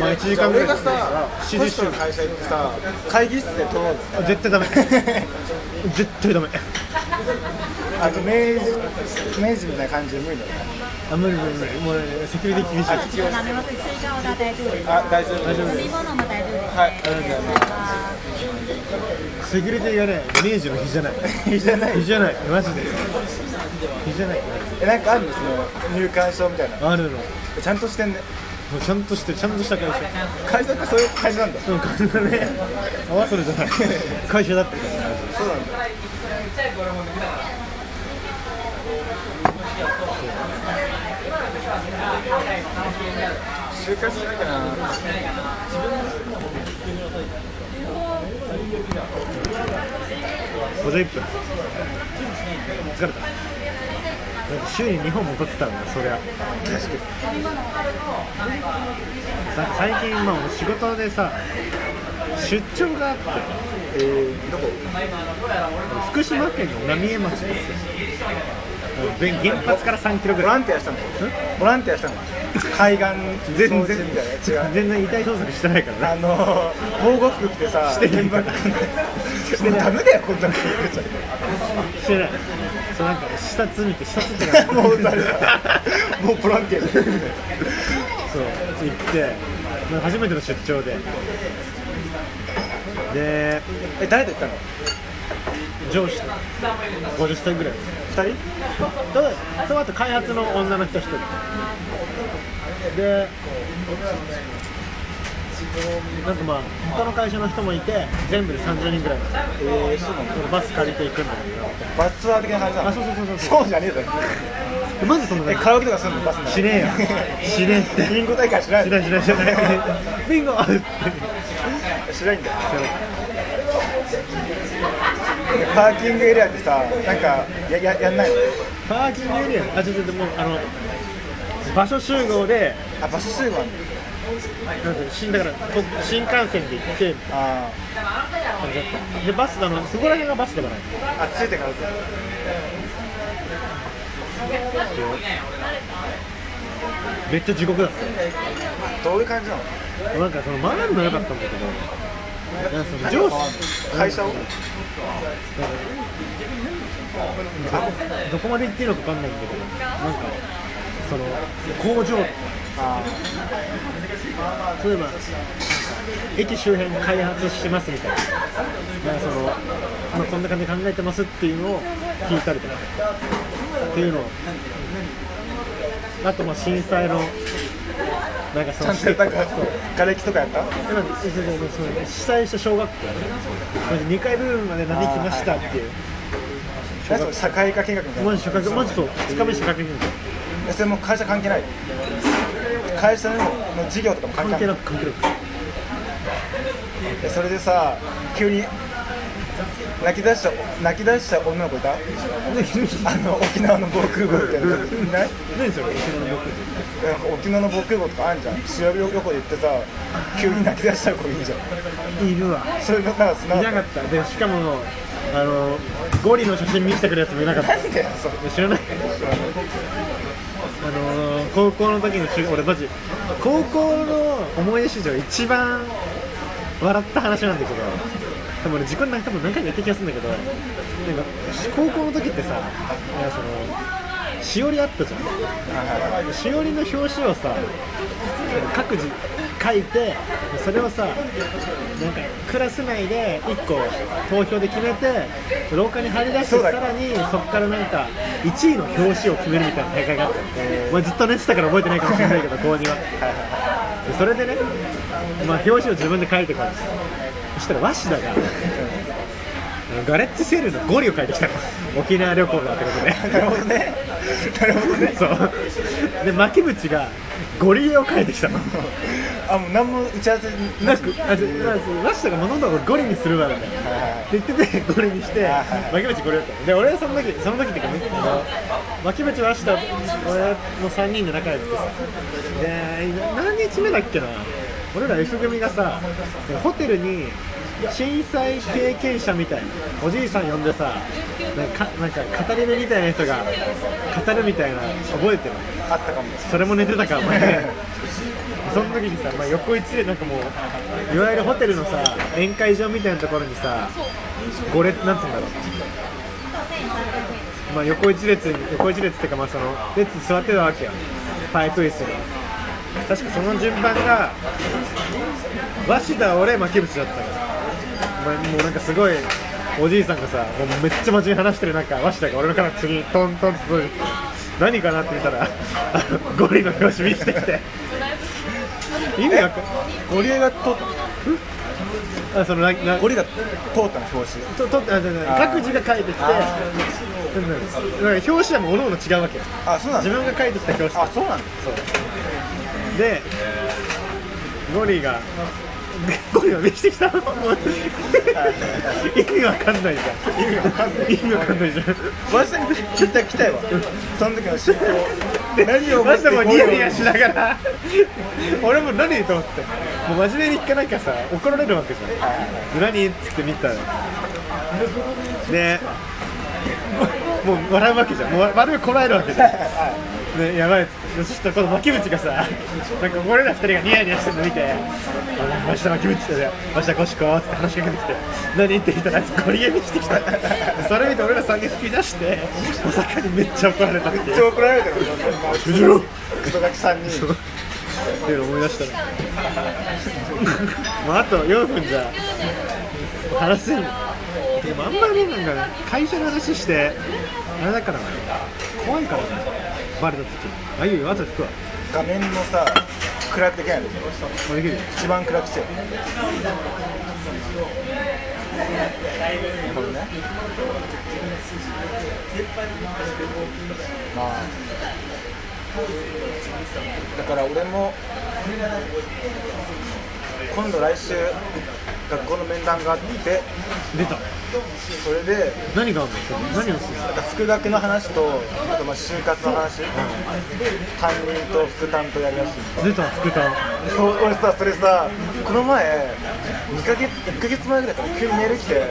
Speaker 2: まあ1時間ぐ
Speaker 1: 俺
Speaker 2: らいで
Speaker 1: が
Speaker 2: 行けるから
Speaker 1: さ
Speaker 2: 7
Speaker 1: コ
Speaker 2: 時
Speaker 1: スコ
Speaker 2: 出
Speaker 1: の会社行ってさ会議室で撮ろうぜ
Speaker 2: あ絶対 ダメ絶対ダメ
Speaker 1: あと明治明治みたいな感じで無理だよね
Speaker 2: あ無理無理無理もうねセキュリティ厳しい
Speaker 1: あ違う
Speaker 3: 舐めますスイカは大丈夫です
Speaker 1: あ大丈夫大丈夫
Speaker 3: 飲み物も大丈夫ですね
Speaker 1: はいありがとうござい
Speaker 3: は
Speaker 2: セキュリティがね、明治の日じゃない。
Speaker 1: いいじゃない
Speaker 2: 日じゃない、マジで。日じゃない。
Speaker 1: えなんかあるのその入館証みたいな
Speaker 2: あるの。も
Speaker 1: ちゃんとしてんね
Speaker 2: うちゃんとして、ちゃんとした会社。
Speaker 1: 会社ってそういう会社なんだ
Speaker 2: でも、こんなね、合わせるじゃない。会社だって。
Speaker 1: そうなんだ就活しなきゃな
Speaker 2: 51分。疲れた。なんか週に2本も撮ってたんだ、そりゃ。さ最近、まあ、俺仕事でさ、出張があって、
Speaker 1: えー、どこ
Speaker 2: 福島県の浪江町ですよ。で原発から3キロぐ
Speaker 1: ボ
Speaker 2: らい
Speaker 1: ランティアしたのボランティアしたの海岸
Speaker 2: 全然
Speaker 1: 掃除みたいな違う
Speaker 2: 全然遺体捜索してないからね
Speaker 1: あのー、防護服着てさ
Speaker 2: してる
Speaker 1: 現場してダメだよこんなの着て
Speaker 2: してないそうなんか視察見て視察って
Speaker 1: ちゃ
Speaker 2: か
Speaker 1: もう誰だもうボランティアじゃん
Speaker 2: そう行ってまあ初めての出張でで
Speaker 1: え誰と行ったの
Speaker 2: 上司と50歳ぐらい
Speaker 1: 2人
Speaker 2: ととあと開発の女の人一人でなんかまあ他の会社の人もいて全部で30人ぐらい
Speaker 1: えー、そうなの
Speaker 2: バス借りていくんだけど
Speaker 1: バスツアー的な感じなの
Speaker 2: あそうそうそうそう
Speaker 1: そうじゃねえだろ
Speaker 2: うまずそんな
Speaker 1: え
Speaker 2: 感じ
Speaker 1: カラオケとかすんのバスの中
Speaker 2: しねえよしねえって
Speaker 1: ビンゴ大会しない
Speaker 2: しないしないしないビンゴ
Speaker 1: しないんだよパーキングエリアでさなんかやややんないの
Speaker 2: パーキングエリアあちょっともうあの場所集合で
Speaker 1: あバス集合なんだ
Speaker 2: なんていうの新だからこ新幹線で行って
Speaker 1: あ
Speaker 2: でバスあのそこら辺がバスではない
Speaker 1: ーあついてからず
Speaker 2: めっちゃ地獄だった
Speaker 1: どういう感じなの
Speaker 2: よなんかその学んの良かったんだけどなんかその上司
Speaker 1: 会社を
Speaker 2: どこまで行っていいのか分かんないんだけどなんかその工場
Speaker 1: あ
Speaker 2: 例えば駅周辺開発してますみたいななんかその、まあ、こんな感じで考えてますっていうのを聞いたりとかっていうのをあとまあ震災のなんかそ
Speaker 1: ちゃ
Speaker 2: の
Speaker 1: ん
Speaker 2: 施
Speaker 1: とやっ
Speaker 2: 設
Speaker 1: たか瓦礫とかやった
Speaker 2: 今そうそうそう被災した小学校まず2階部分まで何来ましたっていう
Speaker 1: 何それ社会科見学みたいな
Speaker 2: まず社会まずそう2日目社会見学
Speaker 1: えそれもう会社関係ない会社のの事業とかも関係
Speaker 2: 関
Speaker 1: ない
Speaker 2: 係なく関係なく
Speaker 1: えそれでさ急に泣き出した泣き出した女の子い たあの沖縄の防空壕ってやついない
Speaker 2: 何それ
Speaker 1: なんか沖縄の防空壕とかあんじゃん修学旅行で行ってさ急に泣き出した子いるじゃん
Speaker 2: いるわ
Speaker 1: それなんかつないが
Speaker 2: なか
Speaker 1: っ
Speaker 2: ったでしかもあのゴリの写真見せてくるやつもいなかった
Speaker 1: たなんでそれ
Speaker 2: 知らないあのー高校の時の中俺マジ高校の思い出史上一番笑った話なんだけどでも俺事故にな多分何回か言った気がするんだけどなんか高校の時ってさなんかそのしおりあったじゃんしおりの表紙をさ各自書いてそれをさなんかクラス内で1個投票で決めて廊下に張り出して
Speaker 1: そうだ
Speaker 2: さらにそこからなんか1位の表紙を決めるみたいな大会があったのお前ずっと寝てたから覚えてないかもしれない けど高2はでそれでね、まあ、表紙を自分で書いてくるんですそしたら鷲田がガレッジセールのゴリを書いてきたの沖縄旅行だってことで
Speaker 1: なるほどねなるほどね
Speaker 2: そうで牧淵がゴリエを変えてきたの
Speaker 1: あもう何も打ち合わせに
Speaker 2: なくあじゃラッシュがもともと俺ゴリにするわみたいなって言っててゴリにして
Speaker 1: はいはい
Speaker 2: 巻き淵ゴリだったので俺はその時その時っていうかあの巻き淵ラッシュと俺の3人で仲良くてさで何日目だっけな俺ら F 組がさホテルに震災経験者みたいなおじいさん呼んでさなんかなんか語り部みたいな人が語るみたいな覚えてる
Speaker 1: あったかも
Speaker 2: それも寝てたかお前その時にさ、まあ、横一でなんかもういわゆるホテルのさ宴会場みたいなところにさ5列なんつうんだろうまあ横一列に横一列っていうかまあその列に座ってたわけよパイプ椅子に確かその順番が鷲田俺牧淵だったからお前もうなんかすごいおじいさんがさもうめっちゃ真面目に話してる中鷲田が俺のから次トントンって届いて何かなって見たらあのゴリの拍子見してきて意味わかん
Speaker 1: ゴリエがと
Speaker 2: あそのなな
Speaker 1: ゴリが通ったの表紙
Speaker 2: ととあじゃあじゃあ
Speaker 1: あー
Speaker 2: 各自が書いてきて
Speaker 1: あ
Speaker 2: うんうんなんか表紙はもうおのおの違うわけよ
Speaker 1: あそうなん
Speaker 2: 自
Speaker 1: だ
Speaker 2: 分が書いてきた表紙
Speaker 1: あそうなんだ
Speaker 2: でゴリがゴリが見してきた意味わかんないじゃん意味わかんない意味わかんないじゃん
Speaker 1: 私に絶対来たいわその時の執行何を思
Speaker 2: マ
Speaker 1: っ
Speaker 2: ジ
Speaker 1: て
Speaker 2: でもう
Speaker 1: ゴ
Speaker 2: ニ
Speaker 1: リ
Speaker 2: ヤニヤ
Speaker 1: を
Speaker 2: しながら俺も何と思ってもう真面目に聞かなきゃさ怒られるわけじゃん何っつって見たらでもう笑うわけじゃんもう笑いこらえるわけじゃんねやばいっつってそしたらこの巻渕がさなんか俺ら二人がニヤニヤしてるの見て「明日巻渕だよ明日コシコ」って話しかけてきて「何?」って言ったらゴリエ見してきたそれ見て俺ら三人吹き出してまさかにめっちゃ怒られたっていう
Speaker 1: 一応怒られてるもんクソガキさんに
Speaker 2: っていうの 思い出したねもうあと4分じゃ話せんでもあんまりなんかね会社の話してあれだからね怖いからねバレた時あいいよあと引くわ
Speaker 1: 画面のさ暗くできないの
Speaker 2: これできるよ
Speaker 1: 一番暗くしてよこれねまあだから俺も今度来週学校の面談があって
Speaker 2: 出た
Speaker 1: それで
Speaker 2: 何があんの何をするの
Speaker 1: 副学の話とあとまあ就活の話担任と副担とやりやすい
Speaker 2: 出た福田
Speaker 1: そう俺さそれさこの前2ヶ月1ヶ月前ぐらいから急にメール来て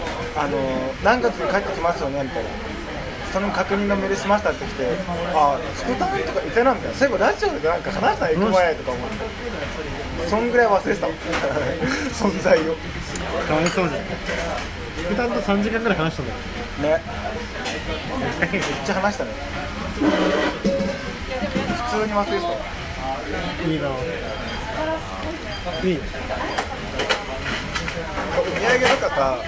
Speaker 1: 「あの何月に帰ってきますよね」みたいなその確認のメールしましたって来て「あ副担とかいたな」みたいなそういえばラジオでなんか話したら行く前とか思ってそんぐらい忘れてたもん存在を
Speaker 2: かわいそうじゃん福田と3時間ぐらい話したんだよ
Speaker 1: ねめっちゃ話したね普通に忘れてた
Speaker 2: いいないいよ
Speaker 1: お土産とかさ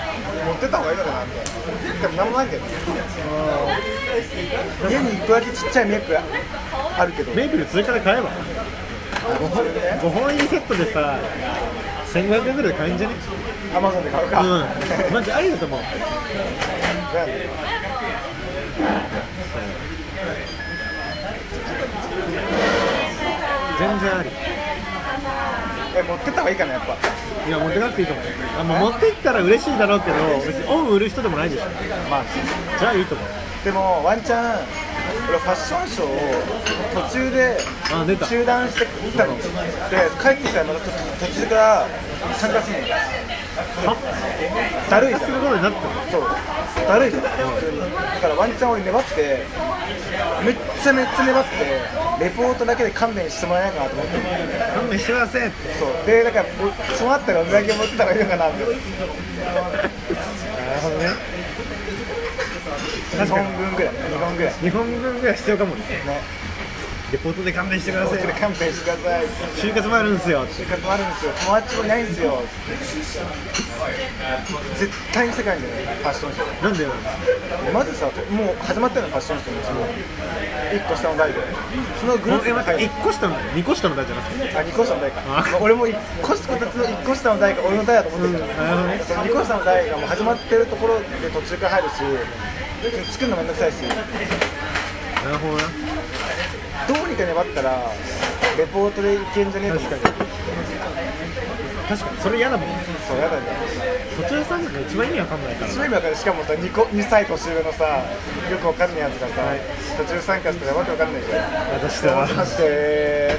Speaker 1: 持ってった方がいいのかなみたいなでも何もないんだよね家に1個だけちっちゃいメープあるけど
Speaker 2: メイプル追加で買えば
Speaker 1: 5本ね
Speaker 2: 5本入りセットでさ1500円ぐらいで買えんじゃね
Speaker 1: アマゾンで買うか、
Speaker 2: うん、マジありだと思う。全然あり。
Speaker 1: え持ってった方がいいかなやっぱ
Speaker 2: いや、持って帰っていいと思う。あ、まあ、持って行ったら嬉しいだろうけど、別にオン売る人でもないでしょ。
Speaker 1: まあ
Speaker 2: じゃあいいと思う。
Speaker 1: でもワンチャン俺ファッションショーを途中で
Speaker 2: あ、出た。
Speaker 1: 中断して行ったので帰ってきたらまた途中から参加するのだるいじゃん
Speaker 2: することになったの。
Speaker 1: そうだるいじゃん普通にだからワンチャン俺粘ってめっちゃめっちゃ粘ってレポートだけで勘弁してもらえないかなと思って
Speaker 2: 勘弁してくださいって。
Speaker 1: そうでだからそうなったらお土産持ってたらいいのかなみたい
Speaker 2: なるほどね。
Speaker 1: な2本分ぐらい2本ぐらいね
Speaker 2: 日本分ぐらい必要かもね。レポートで勘弁してくだ
Speaker 1: こ
Speaker 2: さ
Speaker 1: っちで
Speaker 2: い。
Speaker 1: 勘弁してください
Speaker 2: 就活もあるんですよ。
Speaker 1: 就活もあるんですよ友達もいないんですよ絶対に世界じゃないファッションショー
Speaker 2: なんでよ。
Speaker 1: まずさもう始まったのファッションショーのその1個下の台でそのグループの
Speaker 2: え、待
Speaker 1: 中に
Speaker 2: って、1個下の台、2個下の台じゃなくて。
Speaker 1: あ、二個下の代か。
Speaker 2: あ
Speaker 1: まあ俺も一個下の一個下の代が俺の代だと思ってるか
Speaker 2: なるほ
Speaker 1: ら。
Speaker 2: どね
Speaker 1: その二個下の代がもう始まってるところで途中から入るし、作るのめんどくさいし、
Speaker 2: なるほどな。
Speaker 1: どうにか粘ったらレポートでいけんじゃねえか確かに
Speaker 2: 確かにそれ嫌だもん
Speaker 1: そうやだね
Speaker 2: 途中参加が一番意味わかんないから
Speaker 1: チームだからしかもさ 2, 個2歳年上のさよくわかんないやつがさ、途中参加したらわけわかんないじゃん
Speaker 2: 私とは
Speaker 1: だって